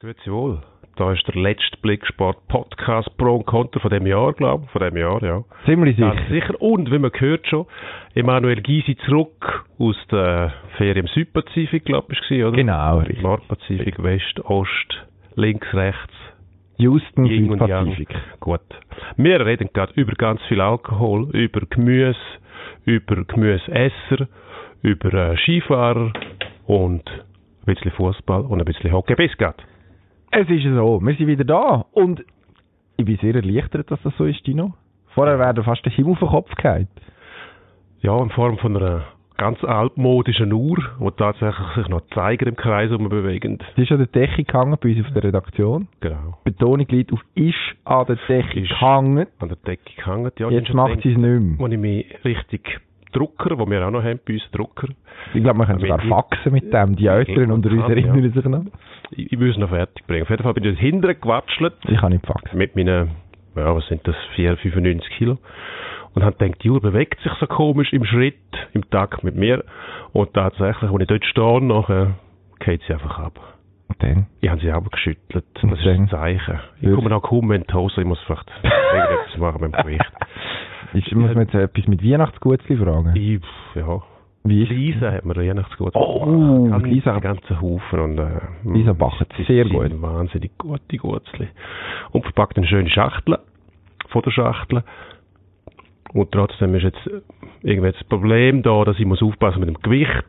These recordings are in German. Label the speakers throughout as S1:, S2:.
S1: Grüezi wohl. Da ist der letzte Blicksport Podcast Pro und Contra von dem Jahr, glaube ich. Von dem Jahr, ja.
S2: Ziemlich sicher.
S1: Ganz sicher. Und, wie man gehört schon, Emanuel Gysi zurück aus der Ferien im Südpazifik, glaube ich, war, oder?
S2: Genau,
S1: Im
S2: richtig.
S1: Nordpazifik, West, Ost, links, rechts,
S2: Houston,
S1: Yin und Yang.
S2: Südpazifik.
S1: Gut. Wir reden gerade über ganz viel Alkohol, über Gemüse, über Gemüseesser, über äh, Skifahrer und ein bisschen Fußball und ein bisschen Hockey. Bis grad.
S2: Es ist so, wir sind wieder da. Und ich bin sehr erleichtert, dass das so ist, Dino. Vorher wäre dir fast der Himmel auf den Kopf gefallen.
S1: Ja, in Form von einer ganz altmodischen Uhr, die tatsächlich sich noch Zeiger im Kreis umbewegend.
S2: Es ist an der Decke gehangen bei uns auf der Redaktion.
S1: Genau.
S2: Die Betonung liegt auf «ist» an der Decke
S1: Ist.
S2: gehangen.
S1: An der Decke gehangen. Ja,
S2: Jetzt macht sie es nicht mehr.
S1: Wo ich mich richtig Drucker, wo wir auch noch haben, bei uns Drucker.
S2: Ich glaube, wir können
S1: Mit-
S2: sogar faxen mit dem. Die Älteren unter uns
S1: Kann, ja.
S2: erinnern sich noch.
S1: Ich, ich will es noch fertig bringen. Auf jeden Fall bin ich das hintere gewatschelt
S2: Ich kann nicht faxen.
S1: mit meinen, ja, was sind das, 4, 95 Kilo. Und habe gedacht, die Uhr bewegt sich so komisch im Schritt, im Takt mit mir. Und tatsächlich, wenn ich dort stehe, nachher geht sie einfach ab.
S2: Und dann?
S1: Ich habe sie aber geschüttelt. Das
S2: Und
S1: ist
S2: dann?
S1: ein Zeichen. Ich
S2: Wirklich?
S1: komme noch kaum in die Hose. Ich muss vielleicht irgendetwas machen mit dem Gewicht.
S2: Ist, muss man jetzt etwas mit Weihnachtsgutzli fragen?
S1: Ich, pff, ja.
S2: Wie ist
S1: Lisa hat mir Weihnachtsgut
S2: Oh,
S1: ganz,
S2: Lisa.
S1: einen ganzen Haufen. Und, äh,
S2: Lisa backt
S1: das ist
S2: sehr
S1: ein
S2: gut.
S1: Wahnsinnig gute Gutzli. Und verpackt in schöne Schachtel. Von der Schachtel. Und trotzdem ist jetzt irgendwie das Problem da, dass ich muss aufpassen mit dem Gewicht.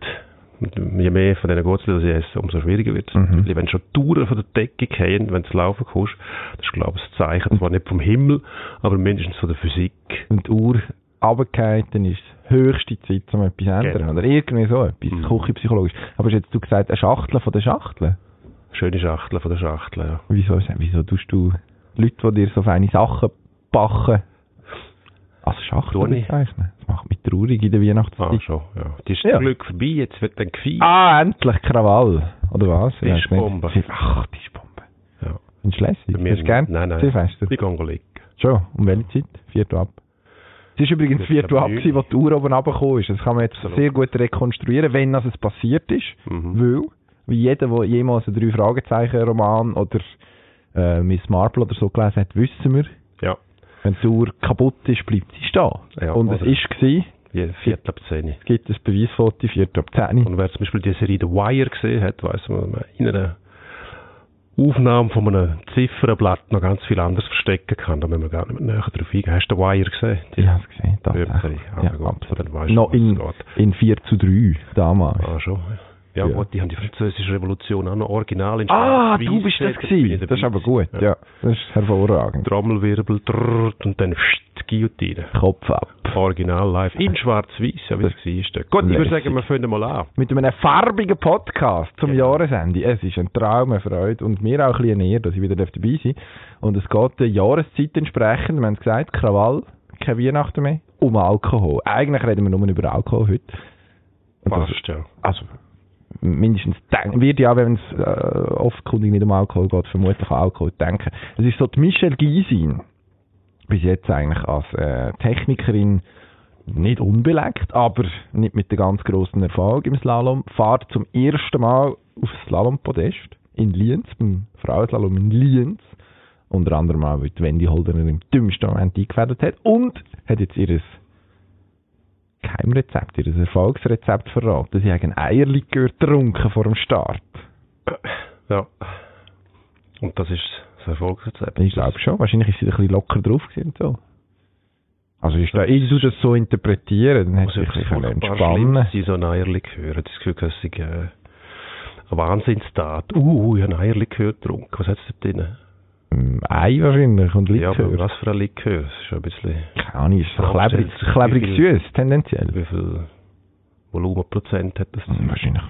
S1: Und je mehr von diesen Gurzeln ich esse, umso schwieriger wird es.
S2: Mhm.
S1: Wenn schon Touren von der Decke gehen, wenn du laufen kannst, das ist, glaube ich, ein Zeichen, zwar nicht vom Himmel, aber mindestens von der Physik.
S2: und die Uhr runtergeht, dann ist es höchste Zeit, um etwas zu ändern.
S1: Genau.
S2: Oder irgendwie so etwas,
S1: Mhm.
S2: küchenpsychologisch. Aber hast jetzt du gesagt, eine Schachtel von der Schachtel?
S1: Schöne Schachtel von der Schachtel, ja.
S2: Wieso, ist- wieso tust du Leute, die dir so feine Sachen backen, als Schachtel
S1: Tue ich.
S2: bezeichnen? Das macht mich traurig in der
S1: Ah,
S2: Weihnachtszeit.
S1: schon, ja. Die ist
S2: Ja.
S1: zum Glück vorbei, jetzt wird dann gefeiert.
S2: Ah, endlich, Krawall. Oder was? Ich weiss nicht.
S1: Tischbombe.
S2: Ach, Tischbombe.
S1: Ja.
S2: In Schleswig?
S1: Bei mir
S2: Hast du gern?
S1: nicht. Nein, nein.
S2: Silvester?
S1: Ich gehe liegen.
S2: Schon, um welche Zeit? Viertel ab. Es ist übrigens
S1: Das ist
S2: Viertel
S1: ab
S2: ab,
S1: neun.
S2: gewesen, wo die Uhr oben runtergekommen ist. Das kann man jetzt
S1: Absolut.
S2: sehr gut rekonstruieren, wenn das es passiert ist.
S1: Mhm.
S2: Weil, wie jeder, der jemals einen Drei-Fragezeichen-Roman oder äh, Miss Marple oder so gelesen hat, wissen wir,
S1: Ja,
S2: wenn die Uhr kaputt ist, bleibt sie stehen.
S1: Ja,
S2: Und es
S1: oder-
S2: ist gewesen,
S1: wie Viertel ab zehn.
S2: es gibt ein Beweisfoto, Viertel ab 10.
S1: Und wer zum Beispiel die Serie The Wire gesehen hat, weiß man, in einer Aufnahme von einem Ziffernblatt noch ganz viel anderes verstecken kann. Da müssen wir gar nicht mehr näher drauf eingehen. Hast du The Wire gesehen?
S2: Ich habe es gesehen, tatsächlich.
S1: Wirklich? Ah,
S2: Ja,
S1: gut, dann weißt
S2: absolut.
S1: du,
S2: Noch
S1: was es geht.
S2: in, in 4 zu 3 damals.
S1: Ah, schon. Ja,
S2: Ja.
S1: gut, die haben die Französische Revolution auch noch original in
S2: Ah,
S1: Schwarz-Weiß
S2: du bist
S1: gesehen.
S2: das
S1: Ich
S2: gewesen.
S1: bin
S2: Das ist aber gut,
S1: Ja.
S2: ja. Das ist hervorragend.
S1: Trommelwirbel, trrrt, und dann pssst, Guillotine.
S2: Kopf ab.
S1: Original live. In schwarz-weiß, ja, wie es war. Gut, ich würde sagen, wir fangen mal an.
S2: Mit einem farbigen Podcast zum
S1: Genau.
S2: Jahresende. Es ist ein Traum, eine Freude und mir auch ein bisschen näher, dass ich wieder dabei sein darf. Und es geht der Jahreszeit entsprechend. Wir haben es gesagt, Krawall, keine Weihnachten mehr, um Alkohol. Eigentlich reden wir nur über Alkohol heute. Und das-
S1: Passt, ja.
S2: also mindestens denken, wird ja, wenn es äh, offenkundig nicht um Alkohol geht, vermutlich an Alkohol denken. Es ist so, die Michelle Gysin, bis jetzt eigentlich als äh, Technikerin nicht unbeleckt, aber nicht mit dem ganz grossen Erfolg im Slalom, fährt zum ersten Mal aufs Slalompodest in Lienz, beim Frauenslalom in Lienz, unter anderem auch, weil die Wendy Holdener im dümmsten Moment eingefädelt hat und hat jetzt ihres Geheimrezept, ihr Erfolgsrezept verraten. Sie haben Eierlikör getrunken vor dem Start.
S1: Ja. Und das ist das Erfolgsrezept.
S2: Ich glaube schon. Wahrscheinlich ist sie ein bisschen locker drauf gewesen und so. Also ist da, ich tue das so interpretieren, dann hat
S1: Muss
S2: sie
S1: ja
S2: sich ein bisschen
S1: Also furchtbar schlimm
S2: entspannen.
S1: sein, so ein Eierlikör. Ich habe das Gefühl, das ist äh, eine Wahnsinnstat. Uh, ich habe ein Eierlikör getrunken. Was hat es da drin?
S2: Ähm, Ei wahrscheinlich und
S1: Ja, aber
S2: Likör.
S1: was für ein Likör? Das ist ein bisschen...
S2: Keine Ahnung, ist so
S1: Frage
S2: klebrig,
S1: stellt sich,
S2: klebrig
S1: wie viel-
S2: süß, tendenziell.
S1: Wie viel Volumenprozent hat das?
S2: Hm, Wahrscheinlich.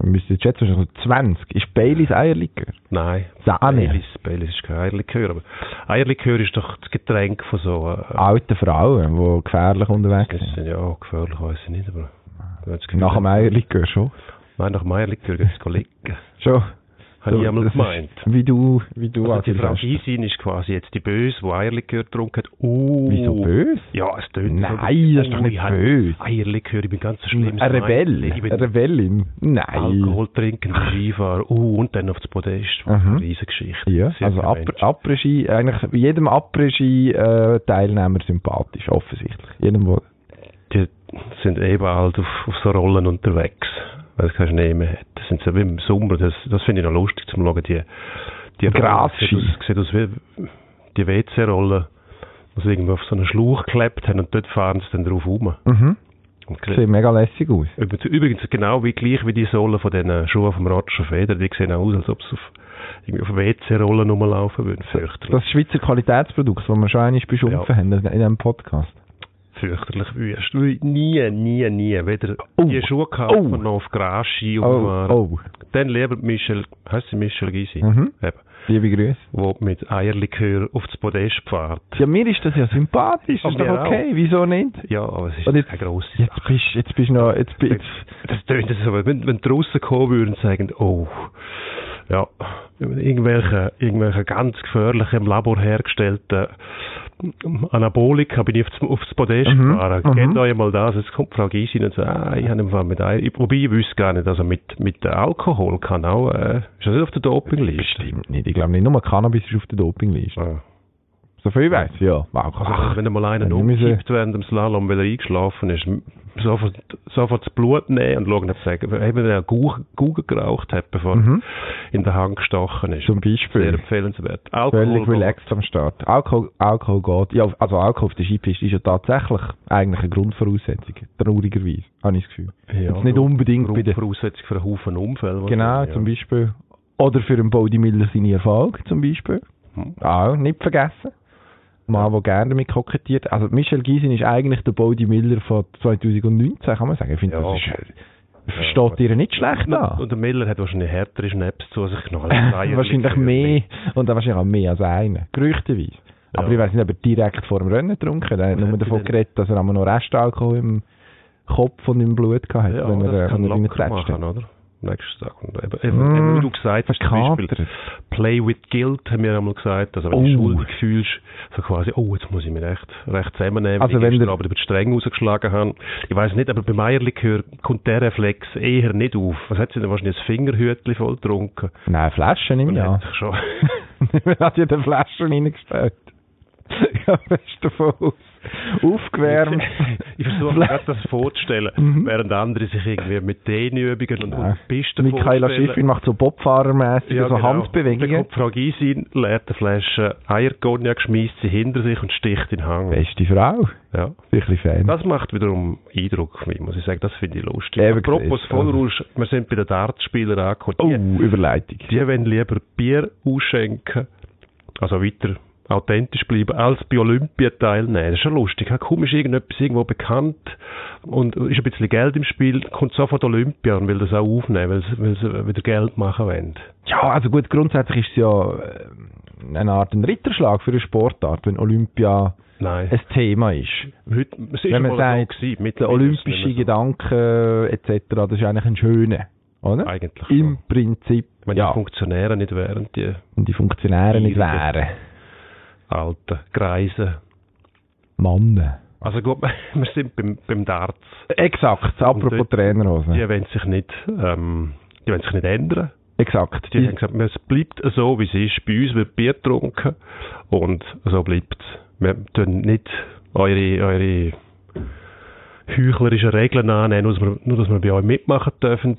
S2: Wir müssen jetzt schätzen, wahrscheinlich so 20. Ist Baileys Eierlikör?
S1: Nein.
S2: Sahne.
S1: Baileys, Baileys ist kein Eierlikör. Aber Eierlikör ist doch das Getränk von so... Äh,
S2: Alte Frauen, die gefährlich unterwegs
S1: Das
S2: sind.
S1: sind ja auch gefährlich, weiss ich nicht, aber... wenn man das Gefühl
S2: Ah. Nach dem
S1: hat-
S2: Eierlikör schon.
S1: Nein, nach dem Eierlikör geht es liegen.
S2: Schon.
S1: Habe ich
S2: So,
S1: einmal
S2: das ist
S1: gemeint.
S2: Wie du, wie du
S1: Also
S2: an
S1: die Frau
S2: Silvester.
S1: Gisin ist quasi jetzt die Böse, die Eierlikör getrunken hat. Oh.
S2: Wieso böse?
S1: Ja, es tönt
S2: Nein, das ist doch nicht böse.
S1: Eierlikör, ich bin ganz schlimm.
S2: Eine Rebell,
S1: Ich bin
S2: eine Rebellin. Nein.
S1: Alkohol trinken, Skifahren, uh, und dann aufs Podest.
S2: Mhm.
S1: Eine Riesengeschichte.
S2: Ja,
S1: Sehr
S2: also
S1: kein
S2: Apre-
S1: Mensch.
S2: Après-Ski, eigentlich jedem Après-Ski-Teilnehmer sympathisch, offensichtlich. Jedem, wo,
S1: Die sind eh bald auf, auf so Rollen unterwegs, weil es keinen Schnee mehr hat. Das sind so wie im Sommer, das, das finde ich noch lustig zum Schauen. Die, die
S2: Grasski.
S1: Rollen sieht aus, sieht aus wie die WC-Rollen, die sie irgendwo auf so einen Schlauch geklebt haben und dort fahren sie dann drauf rum.
S2: mhm.
S1: Und
S2: Sieht mega lässig aus.
S1: Übrigens, übrigens genau wie gleich wie die Sohlen von den Schuhen vom Roger Feder, die sehen auch aus, als ob sie auf, irgendwie auf WC-Rollen rumlaufen würden. Fürchterlich,
S2: Das Schweizer Qualitätsprodukt, das wir schon einmal beschimpft
S1: Ja.
S2: haben in diesem Podcast.
S1: fürchterlich wüst. Nie, nie, nie. Weder
S2: Oh.
S1: die Schuhe kaufen
S2: Oh.
S1: noch auf Grasski
S2: Oh,
S1: umfahren.
S2: oh.
S1: Dann lieber Michel, heißt sie Michel Gysi,
S2: Mhm.
S1: eben,
S2: Liebe Grüße.
S1: wo mit Eierlikör auf das Podest fährt.
S2: Ja, mir ist das ja sympathisch,
S1: Aber
S2: ist doch
S1: mir
S2: okay, wieso nicht?
S1: Ja, aber es ist
S2: Und jetzt-
S1: keine grosse Sache.
S2: Jetzt bist, jetzt bist du noch, jetzt bist,
S1: Das tönt so, wenn, wenn die Russen kommen würden und sagen, oh, ja, irgendwelche, irgendwelche ganz gefährlichen, im Labor hergestellten Anabolika bin ich aufs, aufs Podest
S2: Mhm,
S1: gefahren.
S2: mhm.
S1: Gebt euch mal das. Jetzt kommt Frau Gysin und sagt, ah, ich habe im Fall mit ein, ich- wobei ich wüsste gar nicht, also mit, mit Alkohol kann auch, äh, ist das nicht auf der Dopingliste?
S2: bestimmt nicht. Ich glaube nicht, nur Cannabis ist auf der Dopingliste.
S1: Ah.
S2: So viel weiß ja. Wow,
S1: Also, wenn einmal einer
S2: wir müssen-
S1: umkippt während dem Slalom, weil er eingeschlafen ist, m- sofort, sofort das Blut nehmen und schauen und sagen, eben wenn er Gaugen Gaugen geraucht hat, bevor
S2: Mhm.
S1: er in den Hang gestochen ist.
S2: Zum
S1: Sehr
S2: Beispiel.
S1: empfehlenswert.
S2: Völlig
S1: Alkohol.
S2: relaxed am Start. Alkohol, Alkohol geht. Ja, also Alkohol auf der Skipiste ist ja tatsächlich eigentlich eine Grundvoraussetzung. Traurigerweise, habe ich das Gefühl.
S1: Ja,
S2: Jetzt nicht unbedingt bei der...
S1: Grundvoraussetzung für einen Haufen Unfälle.
S2: Genau,
S1: wahrscheinlich,
S2: zum Beispiel. Oder für den Bodie Miller seine Erfolge, zum Beispiel.
S1: Hm.
S2: Auch nicht vergessen. Mal, der gerne damit kokettiert. Also Michel Gysin ist eigentlich der Bodie Miller von 2019, kann man sagen. Ich finde,
S1: Ja.
S2: das ist... Versteht ihr nicht schlecht
S1: ja.
S2: an?
S1: Und der Miller hat wahrscheinlich härtere Schnaps zu sich genommen. als Eier-
S2: wahrscheinlich mehr und dann wahrscheinlich auch mehr als einen, gerüchteweise. Aber
S1: Ja.
S2: ich weiß nicht, ob er direkt vor dem Rennen getrunken hat. Er hat
S1: Hätte
S2: nur davon
S1: ich
S2: geredet, dass er einmal noch Restalkohol im Kopf und im Blut hatte,
S1: Ja,
S2: wenn
S1: das
S2: er,
S1: kann
S2: wenn er
S1: locker
S2: reingetatscht
S1: machen,
S2: hat. Hm.
S1: oder? Nächsten Tag. Und eben, eben, eben, wie du gesagt hast, zum Beispiel,
S2: Verkatert.
S1: Play with Guilt haben wir einmal gesagt. Also wenn du dich
S2: Oh.
S1: schuldig fühlst, so quasi, oh, jetzt muss ich mich recht, recht zusammennehmen,
S2: Also
S1: ich
S2: wenn
S1: gestern
S2: der-
S1: Abend über die Stränge rausgeschlagen habe. Ich weiß nicht, aber bei Meierlikör kommt der Reflex eher nicht auf. Was hat sie denn wahrscheinlich das Fingerhütli voll getrunken?
S2: Nein, Flaschen nicht
S1: Und
S2: mehr.
S1: hat sich schon
S2: Man hat ja den Flaschen reingestellt. Ja, bist davon aus. Aufgewärmt. Mhm.
S1: ich versuche mir gerade das vorzustellen, während andere sich irgendwie mit Dehnübungen und,
S2: Ja.
S1: und Pisten
S2: Michaela Schiffin macht so Bobfahrermäßig so
S1: genau. Dann
S2: Handbewegungen.
S1: kommt Frau Gysin, leert eine Flasche Eiercognac, schmeißt sie hinter sich und sticht in den Hang.
S2: Beste Frau.
S1: Ja.
S2: Sicherlich Fan.
S1: Das macht wiederum Eindruck auf mich, muss ich sagen. Das finde ich lustig.
S2: Eben
S1: Apropos
S2: gesehen,
S1: Vollrausch, wir sind bei den Dartspielern angekommen.
S2: Oh,
S1: Die,
S2: Überleitung.
S1: die wollen lieber Bier ausschenken, also weiter authentisch bleiben, als bei Olympia teilnehmen. Das ist schon lustig. Ja, Kaum ist irgendetwas irgendwo bekannt und ist ein bisschen Geld im Spiel, kommt sofort Olympia und will das auch aufnehmen, weil sie, weil sie wieder Geld machen wollen.
S2: Ja, also gut, grundsätzlich ist es ja äh, eine Art ein Ritterschlag für eine Sportart, wenn Olympia
S1: Nein.
S2: ein Thema ist.
S1: Heute, es ist
S2: wenn
S1: mal
S2: man sagt,
S1: so gewesen,
S2: der
S1: mittlerweile ist es
S2: olympische
S1: nicht mehr
S2: Gedanke äh, etc., das ist eigentlich ein schöner,
S1: so.
S2: oder?
S1: Eigentlich.
S2: Im
S1: Im
S2: Prinzip,
S1: wenn
S2: ja.
S1: die Funktionäre nicht wären, die
S2: Und die Funktionäre nicht
S1: Irige.
S2: wären.
S1: alten Kreise.
S2: Mann.
S1: Also gut, wir sind beim, beim Darts.
S2: Exakt,
S1: Und
S2: apropos
S1: dort-
S2: Trainerhosen.
S1: Die wollen sich nicht, ähm, die wollen sich nicht ändern.
S2: Exakt.
S1: Die
S2: Die,
S1: haben gesagt, es bleibt so, wie es ist. Bei uns wird Bier getrunken und so bleibt es. Wir tun nicht eure, eure heuchlerischen Regeln annehmen, nur dass, wir, nur dass wir bei euch mitmachen dürfen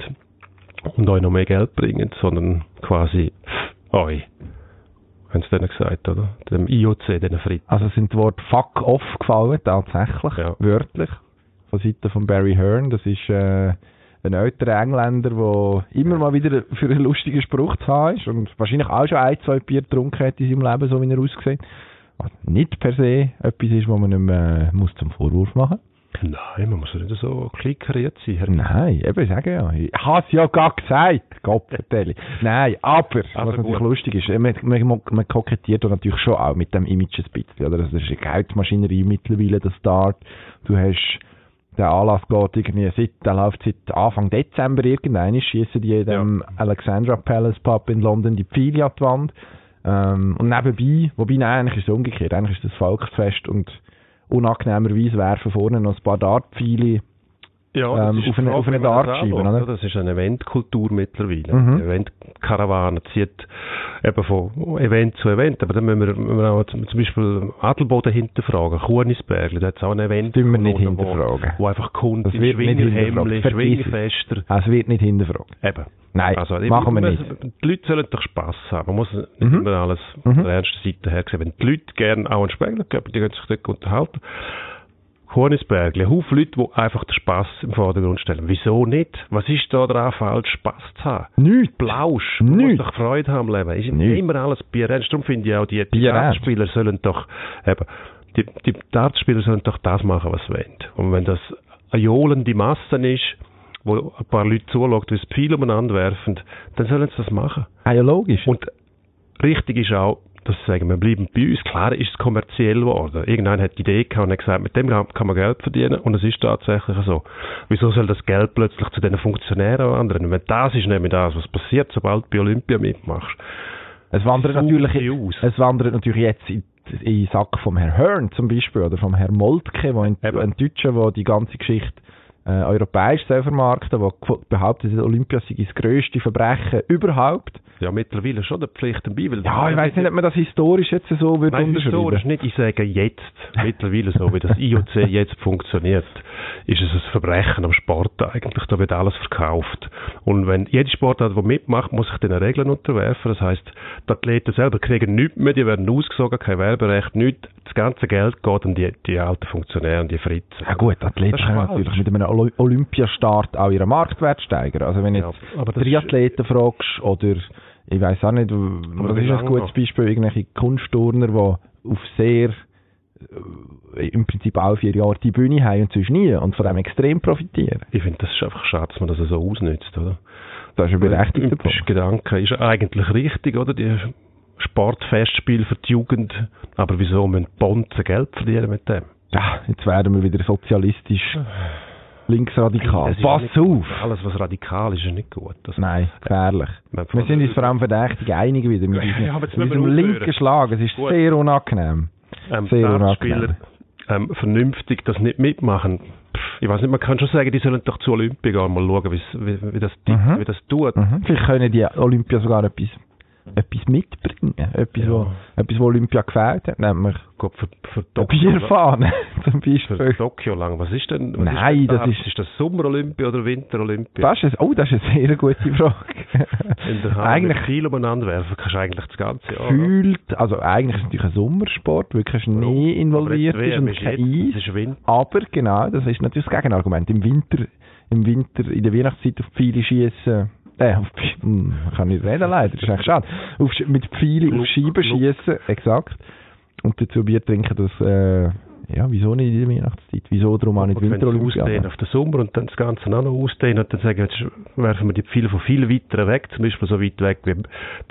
S1: und euch noch mehr Geld bringen, sondern quasi euch. Haben sie denen gesagt, oder? Dem IOC, diesen Fritt.
S2: also sind die Worte fuck off gefallen, tatsächlich,
S1: Ja.
S2: wörtlich, von Seite von Barry Hearn. Das ist äh, ein älterer Engländer, der immer mal wieder für einen lustigen Spruch zu haben ist und wahrscheinlich auch schon ein, zwei Bier getrunken hat in seinem Leben, so wie er aussieht. Was nicht per se etwas ist, was man nicht mehr, äh, muss zum Vorwurf machen
S1: Nein, man muss ja nicht so klickeriert sein. Herr-
S2: Nein, eben, sagen ja. Ich habe es ja gar gesagt, Gott vertelle. Nein, aber, was
S1: gut.
S2: natürlich lustig ist, äh, man, man, man kokettiert da natürlich schon auch Also, mit dem Image ein bisschen. Oder? Das ist eine Geldmaschinerie mittlerweile, das Start. Du hast der Anlass geht irgendwie seit, der läuft seit Anfang Dezember irgendwann, schießen die in dem Alexandra Palace Pub in London die Pfeile an die Wand. Ähm, und nebenbei, wobei nein, eigentlich ist es umgekehrt, eigentlich ist das Volksfest und unangenehmerweise werfen vorne noch ein paar Dartpfeile
S1: Ja,
S2: Ähm,
S1: das ist
S2: auf eine-
S1: die Frage,
S2: auf eine
S1: wie man das
S2: Dartscheibe,
S1: anschaut,
S2: oder?
S1: Das ist eine Eventkultur mittlerweile.
S2: Mhm.
S1: Die Eventkarawane zieht eben von Event zu Event. Aber dann müssen wir, müssen wir auch zum zum Beispiel Adelboden hinterfragen, Kunisberg, da hat es auch ein Event.
S2: Dürfen wir nicht
S1: gewonnen, wo-
S2: hinterfragen.
S1: Wo einfach Kunden,
S2: Das wird nicht
S1: Schwingerhemmli,
S2: hinterfragt. Vergiss es.
S1: Schwingerfester,
S2: Also, Es wird nicht hinterfragt.
S1: eben.
S2: Nein,
S1: Also, ich-
S2: machen wir
S1: man-
S2: nicht.
S1: Die Leute sollen doch Spass haben. Man muss nicht
S2: Mhm.
S1: immer alles von der ernsten Seite her sehen. Wenn die Leute gerne auch einen Spengler geben, die können sich dort unterhalten. Hornisberg, ein Haufen Leute, die einfach den Spass im Vordergrund stellen. Wieso nicht? Was ist da dran falsch, Spass zu haben?
S2: Nichts.
S1: Plausch, man
S2: Nicht.
S1: muss doch Freude haben im Leben. Ist
S2: Nicht.
S1: immer alles bierernst. Darum finde ich auch, die, die
S2: Bierernst.
S1: Dartspieler sollen doch, eben, die, die Dartspieler sollen doch das machen, was sie wollen. Und wenn das eine johlende Masse ist, wo ein paar Leute zuschaut, wie sie viel umeinander werfen, dann sollen sie das machen.
S2: Ah, ja, logisch.
S1: Und richtig ist auch, dass sie sagen, wir bleiben bei uns. Klar ist es kommerziell geworden. Irgendeiner hat die Idee gehabt und hat gesagt, mit dem kann man Geld verdienen. Und es ist tatsächlich so. Wieso soll das Geld plötzlich zu diesen Funktionären wandern? Weil das ist nämlich das, was passiert, sobald du bei Olympia mitmachst.
S2: Es wandert,
S1: Sucht die
S2: natürlich,
S1: aus.
S2: es wandert natürlich jetzt in, in den Sack vom Herrn Hearn zum Beispiel oder vom Herrn Moltke, wo ein,
S1: Eben.
S2: ein Deutscher, der die ganze Geschichte äh, europäisch soll vermarkten der behauptet, dass Olympia sei das grösste Verbrechen überhaupt.
S1: Ja, mittlerweile schon der Pflicht dabei. Weil
S2: Ja, ich weiß nicht, ob man das historisch jetzt so würde
S1: Nein,
S2: unterschreiben
S1: historisch nicht. Ich sage jetzt, mittlerweile so, wie das IOC jetzt funktioniert, ist es ein Verbrechen am Sport eigentlich. Da wird alles verkauft. Und wenn jede Sportart, die mitmacht, muss sich den Regeln unterwerfen. Das heißt, die Athleten selber kriegen nichts mehr, die werden ausgesogen, kein Werberecht, nichts. Das ganze Geld geht an die, die alten Funktionäre, an die Fritzen.
S2: Ja gut, Athleten
S1: Das ist
S2: können
S1: falsch.
S2: natürlich mit einem Oli- Olympiastart auch ihren Marktwert steigern. Also wenn
S1: Ja,
S2: jetzt
S1: aber das
S2: Triathleten fragst oder ich weiß auch nicht, w- das
S1: wie
S2: ist ein
S1: lange
S2: gutes
S1: noch?
S2: Beispiel, irgendwelche Kunstturner, die auf sehr äh, im Prinzip auch vier Jahre die Bühne haben und sonst nie und von dem extrem profitieren.
S1: Ich finde, das ist einfach schade, dass man das so ausnützt, oder?
S2: Das ist ein berechtigter
S1: Typisch
S2: Punkt.
S1: Gedanke ist eigentlich richtig, oder? Die Sportfestspiele für die Jugend. Aber wieso müssen die Bonzen Geld verdienen mit dem?
S2: Ja, jetzt werden wir wieder sozialistisch linksradikal.
S1: Das Äh. ist
S2: Pass
S1: nicht
S2: auf!
S1: gut. Alles, was radikal ist, ist nicht gut. Das
S2: Nein, gefährlich.
S1: Man-
S2: Wir sind uns vor allem verdächtig einig wieder mit diesem,
S1: Ja, aber jetzt
S2: mit
S1: müssen wir
S2: diesem linken
S1: aufhören.
S2: Schlag. Es ist
S1: Gut.
S2: sehr unangenehm.
S1: ähm,
S2: Sehr
S1: Dartspieler
S2: unangenehm.
S1: ähm, vernünftig das nicht mitmachen. Pff, ich weiß nicht, man kann schon sagen, die sollen doch zu Olympia gehen, mal schauen, wie's- wie, wie, das, tickt,
S2: Mhm.
S1: wie das tut.
S2: Mhm. Vielleicht können die Olympia sogar etwas, etwas mitbringen. Etwas,
S1: Ja.
S2: wo, etwas, wo Olympia gefällt hat, nämlich
S1: Gott, für, für
S2: eine
S1: Tokio-
S2: Bierfahne zum
S1: Für
S2: Beispiel.
S1: Tokio lang. Was ist denn? Was ist
S2: Nein,
S1: denn
S2: das
S1: Darts?
S2: ist-
S1: Ist das Sommer-Olympia oder Winter-Olympia?
S2: Das ist, ein- oh, das ist eine sehr gute Frage.
S1: In der Halle
S2: eigentlich
S1: mit Kiel umeinander werfen kannst du eigentlich das ganze Jahr. oder?
S2: gefühlt, also eigentlich ist es natürlich ein Sommersport, wirklich
S1: Warum?
S2: Schnee involviert
S1: Aber jetzt
S2: ist und
S1: WM
S2: kein
S1: jetzt,
S2: Eis.
S1: Es ist Winter.
S2: Aber genau, das ist natürlich das Gegenargument. Im Winter, im Winter in der Weihnachtszeit auf Pfeile schießen. Äh, auf, Pfeile- hm, ich kann nicht reden leider, ist eigentlich schade. Auf, Sch- mit Pfeile auf
S1: Gluck,
S2: Scheiben
S1: Gluck.
S2: schießen, exakt. Und dazu Bier trinken, das, äh, ja, wieso nicht in der Weihnachtszeit? Wieso darum auch nicht
S1: Und wenn sie ausdehnen
S2: Winterolympiade?
S1: auf den Sommer und dann das Ganze auch noch ausdehnen und dann sagen, jetzt werfen wir die Pfeile von viel weiter weg, zum Beispiel so weit weg wie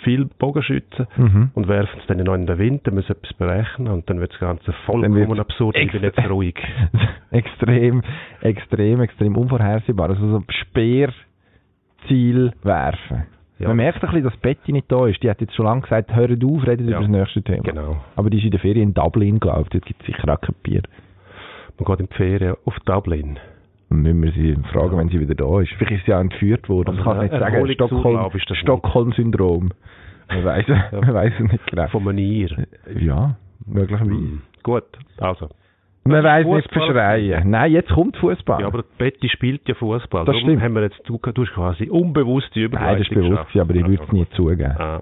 S1: viel Bogenschützen
S2: Mhm.
S1: und werfen es dann noch in den Winter, müssen etwas berechnen und dann wird das Ganze vollkommen
S2: wird's
S1: absurd, ich bin
S2: extra-
S1: jetzt ruhig.
S2: extrem, extrem, extrem unvorhersehbar. Also so Speerziel werfen.
S1: Ja.
S2: Man merkt ein bisschen, dass Betty nicht da ist. Die hat jetzt schon lange gesagt, hört auf, redet
S1: Ja.
S2: über das nächste Thema.
S1: Genau.
S2: Aber die ist in der Ferien in Dublin, glaube ich. Dort gibt es sicher auch kein Bier.
S1: Man geht in die Ferien auf Dublin.
S2: Dann müssen wir sie fragen, wenn sie wieder da ist. Vielleicht ist sie auch entführt worden.
S1: Also
S2: Also kann
S1: ein
S2: nicht sagen,
S1: Erholungsurlaub
S2: Stockholm,
S1: ist das nicht.
S2: Stockholm-Syndrom. Man weiß man weiß es nicht genau.
S1: Vom Manier.
S2: Ja, möglicherweise.
S1: Hm. Gut, also.
S2: Man weiß
S1: Fußball-
S2: nicht verschreien. Nein, jetzt kommt Fußball.
S1: Ja, aber die Betty spielt ja Fußball.
S2: Das
S1: Darum
S2: stimmt.
S1: haben wir jetzt, du, du hast quasi unbewusste
S2: Nein, das ist
S1: Überleitung
S2: bewusst,
S1: geschafft.
S2: aber ich würde es
S1: Also,
S2: nie zugeben.
S1: Ah.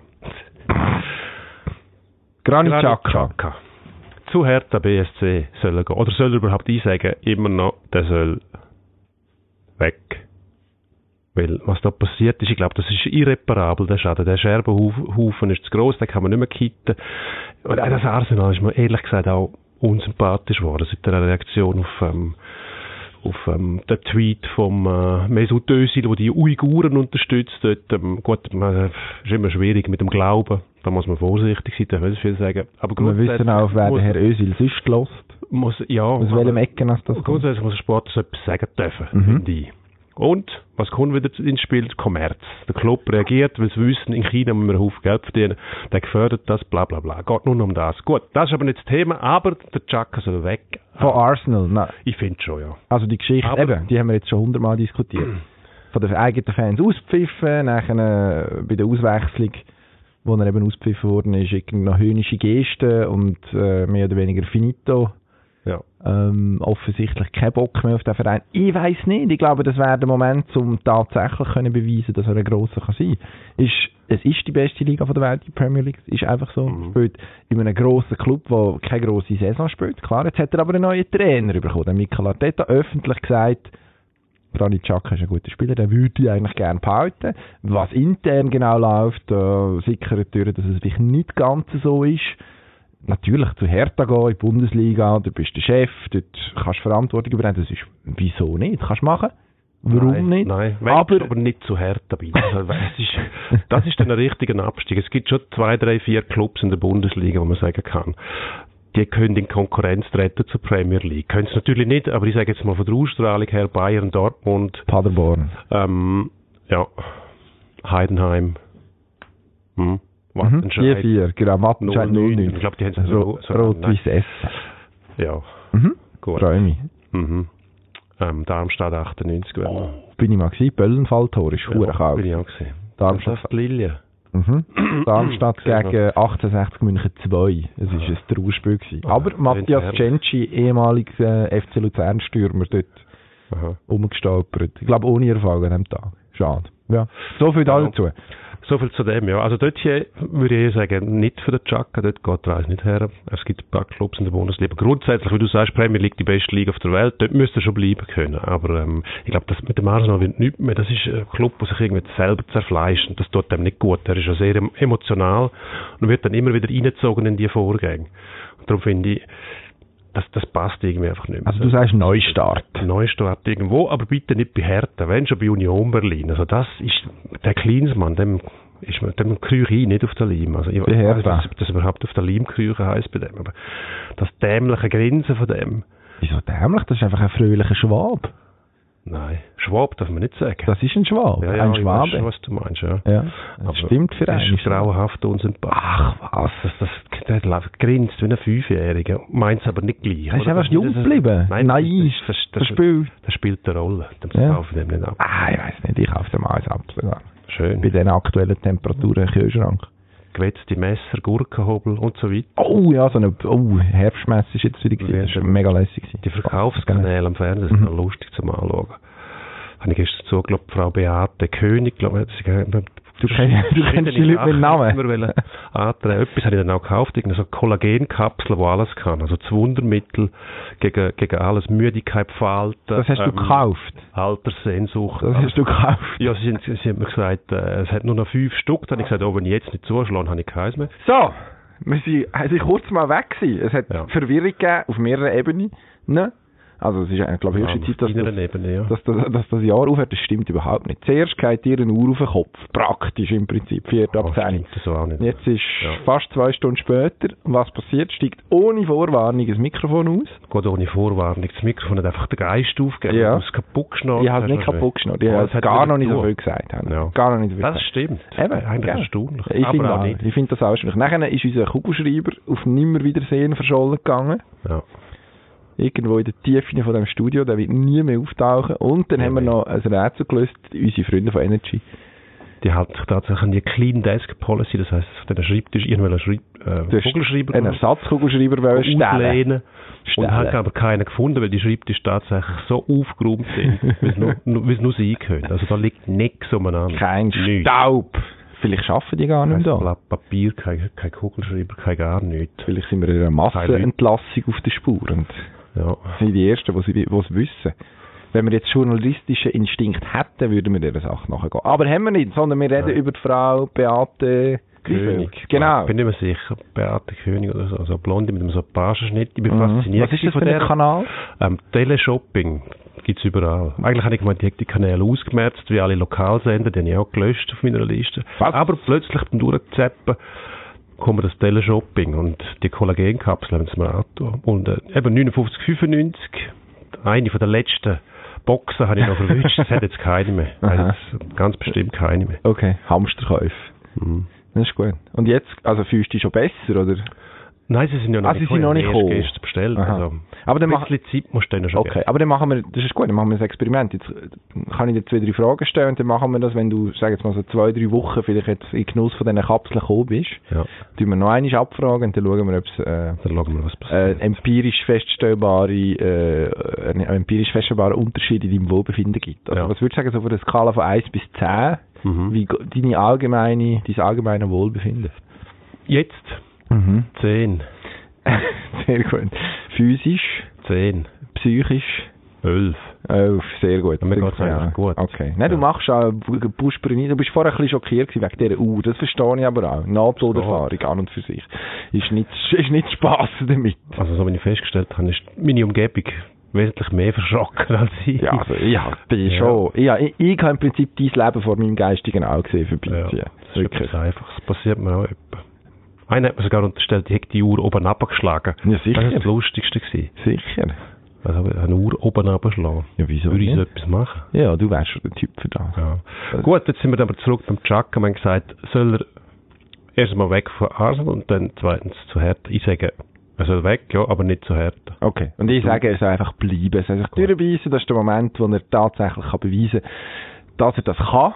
S2: Granit
S1: Granit
S2: Xhaka.
S1: Xhaka. Zu Hertha BSC soll er gehen. Oder soll er überhaupt einsagen, immer noch, der soll weg. Weil was da passiert ist, ich glaube, das ist irreparabel, der Schaden. Der Scherbenhaufen ist zu gross, den kann man nicht mehr kitten. Und auch das Arsenal ist mir ehrlich gesagt auch unsympathisch geworden, seit der Reaktion auf, ähm, auf ähm, den Tweet vom äh, Mesut Özil, der die Uiguren unterstützt. Dort, ähm, gut, man, äh, ist immer schwierig mit dem Glauben. Da muss man vorsichtig sein, da will ich viel sagen. Aber
S2: Wir wissen auch, wer der Herr Özil sonst lässt.
S1: muss, muss, ja, äh,
S2: Aus welchem Ecken das das kommt.
S1: grundsätzlich muss ein Sportler so etwas sagen dürfen,
S2: Mhm.
S1: finde ich. Und, was kommt wieder ins Spiel? Der Kommerz. Der Club reagiert, weil sie wissen, in China müssen wir einen Haufen Geld verdienen. Der gefördert das, bla bla bla. Geht nur noch um das. Gut, das ist aber nicht das Thema, aber der Chaka soll weg.
S2: Von Arsenal, nein.
S1: Ich finde schon, ja.
S2: Also die Geschichte,
S1: Aber-
S2: eben, die haben wir jetzt schon hundertmal diskutiert. Von den eigenen Fans auspfiffen, nachher äh, bei der Auswechslung, wo er eben auspfiffen worden ist, irgendeine höhnische Geste und äh, mehr oder weniger finito.
S1: Ja.
S2: Ähm, offensichtlich kein Bock mehr auf den Verein. Ich weiß nicht, ich glaube, das wäre der Moment, um tatsächlich können beweisen, dass er ein grosser kann sein kann. Es ist die beste Liga von der Welt, die Premier League. Es ist einfach so.
S1: Mhm.
S2: Spielt in einem grossen Club, der keine grosse Saison spielt. Klar, jetzt hat er aber einen neuen Trainer bekommen. Der Mikel Arteta öffentlich gesagt, Granit Xhaka ist ein guter Spieler, den würde ich eigentlich gerne behalten. Was intern genau läuft, äh, sickert durch, dass es vielleicht nicht ganz so ist. Natürlich zu Hertha gehen, in die Bundesliga, du bist der Chef, dort kannst du Verantwortung übernehmen. Das ist, wieso nicht? Kannst du machen. Warum
S1: nein,
S2: nicht?
S1: Nein, aber,
S2: aber,
S1: aber nicht zu hart dabei. Also, Das ist, das ist dann ein richtiger Abstieg. Es gibt schon zwei, drei, vier Clubs in der Bundesliga, wo man sagen kann, die können in Konkurrenz treten zur Premier League. Können es natürlich nicht, aber ich sage jetzt mal von der Ausstrahlung her Bayern, Dortmund,
S2: Paderborn.
S1: ähm, ja, Heidenheim, hm,
S2: Mhm. Die
S1: Wattenscheid,
S2: vier, genau, Mattenscheid
S1: 09.
S2: 09.
S1: Ich glaube, die haben es
S2: Ro
S1: so- so-
S2: Also, Rot-Weiß S.
S1: ja,
S2: Mhm.
S1: gut.
S2: Freue mich.
S1: Mhm. Ähm, Darmstadt 98 wäre noch.
S2: Bin ich mal gewesen, Böllenfalltor ist
S1: ja,
S2: verdammt kalt.
S1: Bin ich auch gesehen.
S2: Darmstadt-
S1: Das ist Lilien.
S2: Mhm. Darmstadt
S1: Sehr
S2: gegen 1860 München 2. Es war ein Trauerspiel. Gewesen. Aber
S1: das
S2: Matthias
S1: klingt
S2: Genci, ehemaliger äh, FC Luzern-Stürmer, dort
S1: Aha.
S2: umgestolpert. Ich glaube, ohne Erfolg an dem Tag. Schade. Ja. So viel
S1: Genau.
S2: dazu.
S1: So viel zu dem, ja. Also dort hier würde ich eher sagen, nicht für den Chaka, dort geht der Reis nicht her. Es gibt ein paar Clubs in der Bundesliga. Grundsätzlich, wie du sagst, Premier League die beste Liga auf der Welt, dort müsste er schon bleiben können. Aber ähm, ich glaube, das mit dem Arsenal wird nichts mehr. Das ist ein Club, der sich irgendwie selber zerfleischt und das tut dem nicht gut. Er ist ja sehr em- emotional und wird dann immer wieder reingezogen in die Vorgänge. Und darum finde ich, das, das passt irgendwie einfach nicht mehr.
S2: Also du sagst Neustart.
S1: Neustart irgendwo, aber bitte nicht bei Hertha, wenn schon bei Union Berlin. Also das ist, der Kleinsmann, dem, ist, man- dem kreuche ich nicht auf der Leim. Also ich
S2: Bei
S1: weiß nicht,
S2: Hertha.
S1: ob das überhaupt auf der Leim kreuchen heisst bei dem, aber das dämliche Grinsen von dem,
S2: Wieso dämlich? Das ist einfach ein fröhlicher Schwab.
S1: nein, Schwab darf man nicht sagen.
S2: Das ist ein Schwab.
S1: ja, ja,
S2: ein
S1: ich weiß schon,
S2: Schwabe.
S1: was du meinst, ja.
S2: Ja, das
S1: Aber
S2: stimmt für
S1: Das
S2: einen.
S1: ist grauenhaft und sympathisch.
S2: Ach was.
S1: Das, das, der läuft- grinst wie ein Fünfjähriger, meint es aber nicht gleich.
S2: Er ist
S1: oder?
S2: einfach
S1: Das-
S2: jung
S1: das-
S2: geblieben.
S1: Nein,
S2: Naiv.
S1: das, das, das, das,
S2: Verspielt.
S1: das spielt eine Rolle. Dem
S2: Ja.
S1: kaufe ich dem nicht ab.
S2: Ah, ich weiß nicht. Ich kaufe dem alles ab. sogar.
S1: Schön.
S2: Bei den aktuellen Temperaturen im Kühlschrank.
S1: gewetzte Messer, Gurkenhobel und so weiter.
S2: Oh ja, so eine oh, Herbstmesse ist jetzt wieder gewesen. Das war mega lässig. gewesen.
S1: Die Verkaufskanäle am Fernsehen
S2: Mhm.
S1: sind noch lustig zum Anschauen. Habe ich gestern zugelassen, Frau Beate König, glaube ich,
S2: Du kennst- du kennst die Leute mit Namen.
S1: Immer wollen antreiben. Etwas habe ich dann auch gekauft, irgendeine so Kollagenkapsel, die alles kann. Also das Wundermittel gegen, gegen alles, Müdigkeit, Falten.
S2: Das hast du
S1: ähm,
S2: gekauft.
S1: Alterssehnsucht.
S2: Das
S1: alles.
S2: hast du gekauft.
S1: Ja, sie, sind, sie haben mir gesagt, äh, es hat nur noch fünf Stück. Dann habe ich gesagt, oh, wenn ich jetzt nicht zuschlage, habe ich keins mehr.
S2: So, wir sind, also kurz mal weg gewesen. Es hat
S1: Ja.
S2: Verwirrung gegeben auf mehreren Ebenen. Ne? Also es ist eigentlich, glaube ich, höchste
S1: Auf
S2: Zeit, dass
S1: inneren
S2: das,
S1: Ebene, ja.
S2: dass, das, dass das Jahr aufhört. Das stimmt überhaupt nicht. Zuerst geht dir eine Uhr auf den Kopf. Praktisch im Prinzip. Vierte
S1: Oh,
S2: ab 10.
S1: stimmt das auch nicht.
S2: Jetzt ist
S1: Ja.
S2: fast zwei Stunden später. Und was passiert? Steigt ohne Vorwarnung das Mikrofon aus.
S1: geht ohne Vorwarnung. Das Mikrofon hat einfach den Geist aufgegeben.
S2: Ja.
S1: Du hast kaputt geschnarrt.
S2: Ich habe es nicht
S1: hast du
S2: kaputt geschnurrt. Ich
S1: Aber
S2: habe
S1: das hat
S2: gar
S1: wieder
S2: noch nicht so
S1: getan.
S2: viel gesagt. habe ich.
S1: Ja.
S2: Gar noch nicht so viel
S1: Das
S2: gesagt.
S1: stimmt.
S2: Eben,
S1: Eigentlich
S2: gell?
S1: erstaunlich.
S2: Ich finde
S1: Aber auch
S2: auch,
S1: nicht.
S2: ich finde das auch erstaunlich. Nachher ist unser Kugelschreiber auf Nimmerwiedersehen verschollen gegangen.
S1: Ja.
S2: Irgendwo in der Tiefe von dem Studio, der wird nie mehr auftauchen. Und dann
S1: Nie
S2: haben wir
S1: mehr.
S2: noch ein Rätsel gelöst, unsere Freunde von Energy.
S1: Die halten sich tatsächlich an die Clean Desk Policy. Das heisst, auf diesen Schreibtisch irgendwelchen Schreib,
S2: Du
S1: äh,
S2: hast
S1: Vogelschreiber
S2: Einen Ersatzkugelschreiber wollen stellen.
S1: auslehnen. Und
S2: Stellen.
S1: haben aber keinen gefunden, weil die Schreibtische tatsächlich so aufgeräumt sind, wie es nur, nur, wie es nur sein können. Also da liegt nichts umeinander.
S2: Kein
S1: nichts.
S2: Staub. Vielleicht arbeiten die gar
S1: Kein
S2: nicht mehr da.
S1: Blatt Papier, kein, kein Kugelschreiber, kein gar nichts.
S2: Vielleicht sind wir in einer Massenentlassung auf der Spur. Und
S1: Ja.
S2: sind die Ersten, die sie- die es wissen. Wenn wir jetzt journalistischen Instinkt hätten, würden wir dieser Sache nachgehen. Aber haben wir nicht, sondern wir reden
S1: Nein.
S2: über die Frau Beate Griffel. Genau.
S1: Ich bin nicht mehr sicher, Beate König oder so, also eine Blonde mit einem so Pagenschnitt. Ich bin
S2: Mhm.
S1: fasziniert
S2: Was ist das
S1: von
S2: für ein
S1: der.
S2: Kanal?
S1: Ähm, Teleshopping gibt's überall. Eigentlich habe ich gemeint, die hätte die Kanäle ausgemerzt, wie alle Lokalsender, die habe ich auch gelöscht auf meiner Liste.
S2: Was?
S1: Aber plötzlich beim Durchzappen kommen das Teleshopping und die Kollagenkapsel haben sie mir auch getan. Und äh, eben 59, 95, eine von der letzten Boxen habe ich noch erwischt. Es hat jetzt keine mehr. Es
S2: Aha.
S1: Hat jetzt ganz bestimmt keine mehr.
S2: Okay, Hamsterkäufe.
S1: Mhm.
S2: Das ist gut. Und jetzt, also fühlst du dich schon besser, oder?
S1: Nein, sie sind ja noch
S2: Ah, sie sind noch
S1: Ich habe
S2: nicht
S1: erst
S2: gekommen.
S1: gestern bestellt.
S2: Aha.
S1: Also,
S2: Aber dann
S1: ein
S2: mach-
S1: bisschen Zeit musst du denen schon
S2: Okay, aber dann machen wir, das ist gut, dann machen wir ein Experiment. Jetzt äh, kann ich dir zwei, drei Fragen stellen und dann machen wir das, wenn du, sag jetzt mal so zwei, drei Wochen vielleicht jetzt in den Genuss von diesen Kapseln gekommen bist,
S1: geben. Ja,
S2: tun wir noch einmal abfragen und dann schauen wir, ob es äh,
S1: dann schauen wir, was
S2: äh,
S1: passiert.
S2: empirisch feststellbare, äh, einen empirisch feststellbaren Unterschied in deinem Wohlbefinden gibt. Also
S1: Ja.
S2: was würdest du sagen, so von der Skala von 1 bis 10,
S1: Mhm.
S2: wie go- deine allgemeine, dein allgemeine Wohlbefinden?
S1: Jetzt
S2: Mhm.
S1: 10,
S2: sehr gut. Physisch,
S1: 10,
S2: psychisch,
S1: 11.
S2: Elf, sehr gut.
S1: Ja, mir
S2: Sehr
S1: geht's eigentlich gut.
S2: Okay. Nein, du
S1: Ja.
S2: machst auch Buschbrenner. Du bist vorher ein bisschen schockiert gewesen wegen dieser Uhr. Das verstehe ich aber auch. Nabelodderfahrung an und für sich. Ist nicht, ist nicht Spass damit.
S1: Also so wie ich festgestellt habe, ist meine Umgebung wesentlich mehr verschrocken als ich.
S2: Ja, also ich habe dich
S1: Ja.
S2: schon. Ich, ich, ich habe im Prinzip dein Leben vor meinem geistigen Auge gesehen
S1: Ja,
S2: vorbeiziehen.
S1: das ist
S2: Wirklich.
S1: etwas Einfaches. Das passiert mir auch etwa. Einer hat mir sogar unterstellt, ich hätte die Uhr oben abgeschlagen.
S2: Ja, sicher.
S1: Das war das Lustigste. Gewesen.
S2: Sicher.
S1: Also eine Uhr oben abschlagen.
S2: Ja, wieso
S1: Würde ich so
S2: nicht?
S1: etwas machen?
S2: Ja, du wärst schon der Typ für das.
S1: Ja.
S2: Äh.
S1: Gut, jetzt sind wir aber zurück beim Chuck. Wir haben gesagt, soll er erstmal weg von Arsenal und dann zweitens zu Hertha. Ich sage, er soll weg, ja, aber nicht zu Hertha.
S2: Okay. Und ich sage, er soll einfach bleiben. Er soll sich durchbeissen. Das ist der Moment, wo er tatsächlich kann beweisen kann, dass er das kann.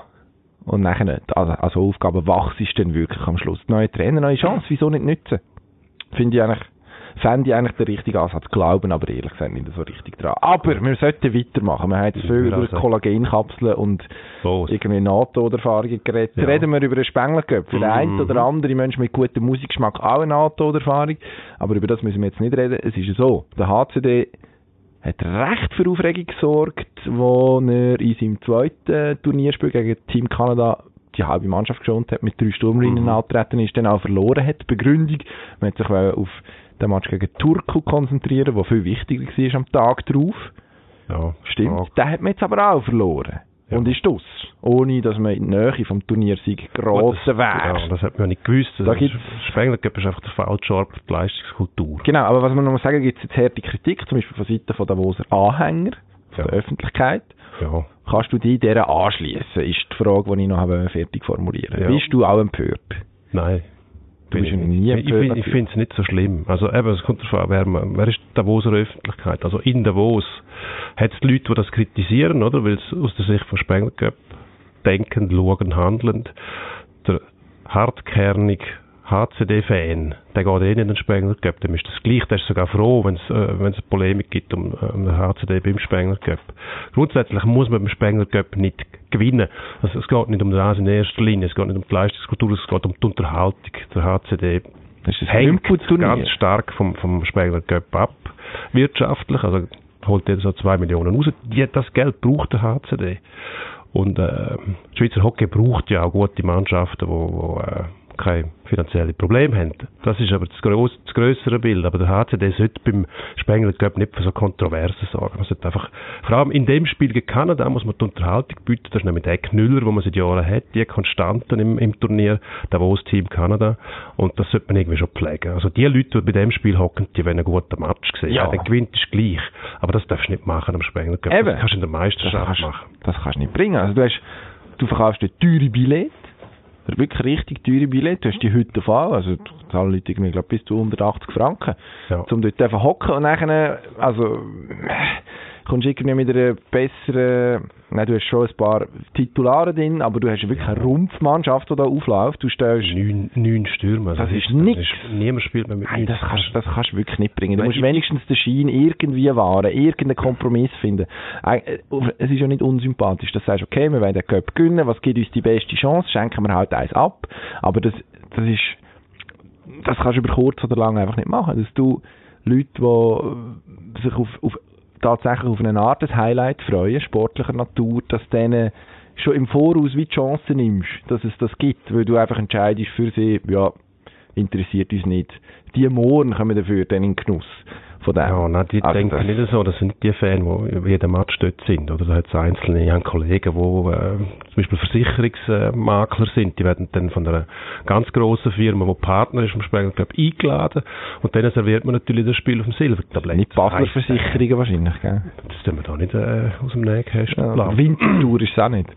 S2: Und nachher nicht. Also, also Aufgabe wachs ist dann wirklich am Schluss. Neue Trainer, neue Chance. Wieso nicht nutzen? Finde ich eigentlich, fände ich eigentlich den richtigen Ansatz. Glauben aber ehrlich gesagt nicht so richtig dran. Aber wir sollten weitermachen. Wir haben jetzt
S1: Ich
S2: viel
S1: würde auch
S2: über
S1: sagen.
S2: Kollagenkapseln und
S1: Los.
S2: irgendwie NATO-Erfahrungen geredet.
S1: Ja.
S2: Reden wir über einen Spenglerköpf. Für den einen
S1: Mhm.
S2: oder anderen Menschen mit gutem Musikgeschmack auch eine NATO-Erfahrung. Aber über das müssen wir jetzt nicht reden. Es ist ja so, der HCD hat recht für Aufregung gesorgt, wo er in seinem zweiten Turnierspiel gegen Team Kanada die halbe Mannschaft geschont hat, mit drei Sturmlinien
S1: Mhm.
S2: angetreten ist, dann auch verloren hat. Begründung, man hat sich wollen auf den Match gegen Turku konzentrieren, der viel wichtiger war am Tag drauf.
S1: Ja,
S2: Stimmt.
S1: Frage.
S2: Den hat man jetzt aber auch verloren.
S1: Ja.
S2: Und ist aus. Ohne, dass man in der Nähe vom Turniersieg
S1: Gut,
S2: geraten wäre.
S1: Ja, das genau. hat man ja nicht gewusst.
S2: Da
S1: Da
S2: gibt's-
S1: Spengler gibt es einfach der falsche Ort für die Leistungskultur.
S2: Genau, aber was man noch mal sagen gibt es jetzt harte Kritik, zum Beispiel von Seiten von Davoser Anhänger,
S1: Ja.
S2: von der Öffentlichkeit.
S1: Ja.
S2: Kannst du dich dieser anschließen, ist die Frage, die ich noch habe fertig formulieren
S1: Ja.
S2: Bist du auch empört?
S1: Nein.
S2: Du bist
S1: Bin
S2: ja
S1: ich
S2: nie
S1: nicht. ich,
S2: empört.
S1: find- ich finde es nicht so schlimm. Also eben, es kommt darauf an, wer, man- wer ist die Davoser Öffentlichkeit? Also in Davos hat es Leute, die das kritisieren, oder? Weil es aus der Sicht von Spengler gibt, denkend, schauen, handelnd. Der hartkernig HCD-Fan, der geht eh nicht in den Spengler Cup, dem ist das gleich, der ist sogar froh, wenn es äh, wenn's eine Polemik gibt um, äh, um den HCD beim Spengler Cup. Grundsätzlich muss man beim Spengler Cup nicht gewinnen. Also, es geht nicht um den Rasen in erster Linie, es geht nicht um die Leistungskultur, es geht um die Unterhaltung. Der HCD
S2: Das ist ein
S1: hängt
S2: Grünputturnier.
S1: ganz stark vom, vom Spengler Cup ab, wirtschaftlich, also holt jeder so 2 Millionen raus. Die, das Geld braucht der HCD. Und äh, Schweizer Hockey braucht ja auch gute Mannschaften, die wo, äh, keine finanziellen Probleme haben. Das ist aber das, gross, das grössere Bild. Aber der HCD sollte beim Spengler Cup nicht für so Kontroversen sorgen. Man sollte einfach, vor allem in dem Spiel gegen Kanada muss man die Unterhaltung bieten. Das ist nämlich der Knüller, den man seit Jahren hat, die Konstanten im, im Turnier, Davos-Team Kanada. Und das sollte man irgendwie schon pflegen. Also die Leute, die bei dem Spiel hocken, die wollen einen guten Match sehen.
S2: Ja.
S1: Ja. Wer dann gewinnt, ist gleich. Aber das darfst du nicht machen am Spengler Cup.
S2: Eben.
S1: Das kannst du in der
S2: Das
S1: Meisterschaft
S2: kannst,
S1: machen.
S2: das kannst du nicht bringen. Also du, hast, du verkaufst dir teure Billett, wirklich richtig teure Billett, du hast die heute voll, also du zahlen Leute irgendwie, glaub, bis zu 180 Franken,
S1: Ja.
S2: um dort einfach hocken und nachher, also, äh, kommst du irgendwie mit einer besseren, nein, du hast schon ein paar Titulare drin, aber du hast wirklich eine Rumpfmannschaft, die da aufläuft, du stellst,
S1: Neun, neun Stürme. Also
S2: Das ist nix.
S1: Niemand spielt mehr mit
S2: Nein,
S1: neun
S2: das kannst, das kannst du wirklich nicht bringen. Du
S1: Weil
S2: musst
S1: ich-
S2: wenigstens den Schein irgendwie wahren, irgendeinen Kompromiss finden. Eig- äh, Es ist ja nicht unsympathisch, dass du sagst, okay, wir wollen den Cup gewinnen, was gibt uns die beste Chance, schenken wir halt eins ab. Aber das, das ist, das kannst du über kurz oder lang einfach nicht machen. Dass du Leute, die äh, sich auf, auf, tatsächlich auf eine Art des Highlight freuen, sportlicher Natur, dass denen schon im Voraus wie die Chance nimmst, dass es das gibt, weil du einfach entscheidest für sie, ja, interessiert uns nicht. Die Mohren kommen dafür dann in den Genuss von dem.
S1: Ja, nein, die
S2: Also
S1: denken
S2: das-
S1: nicht so. Das sind nicht die Fans, die jeden Match dort sind. Oder da hat es einzelne ich habe Kollegen, die äh, zum Beispiel Versicherungsmakler sind. Die werden dann von einer ganz grossen Firma, die Partner ist vom Sprengelclub, eingeladen. Und denen serviert man natürlich das Spiel auf dem Silbertablett.
S2: Nicht
S1: Heisst,
S2: Basler-Versicherungen wahrscheinlich, gell?
S1: Das tun wir da nicht äh, aus dem Nähkästchen
S2: Ja.
S1: plaudern.
S2: Winterthur ist es auch nicht.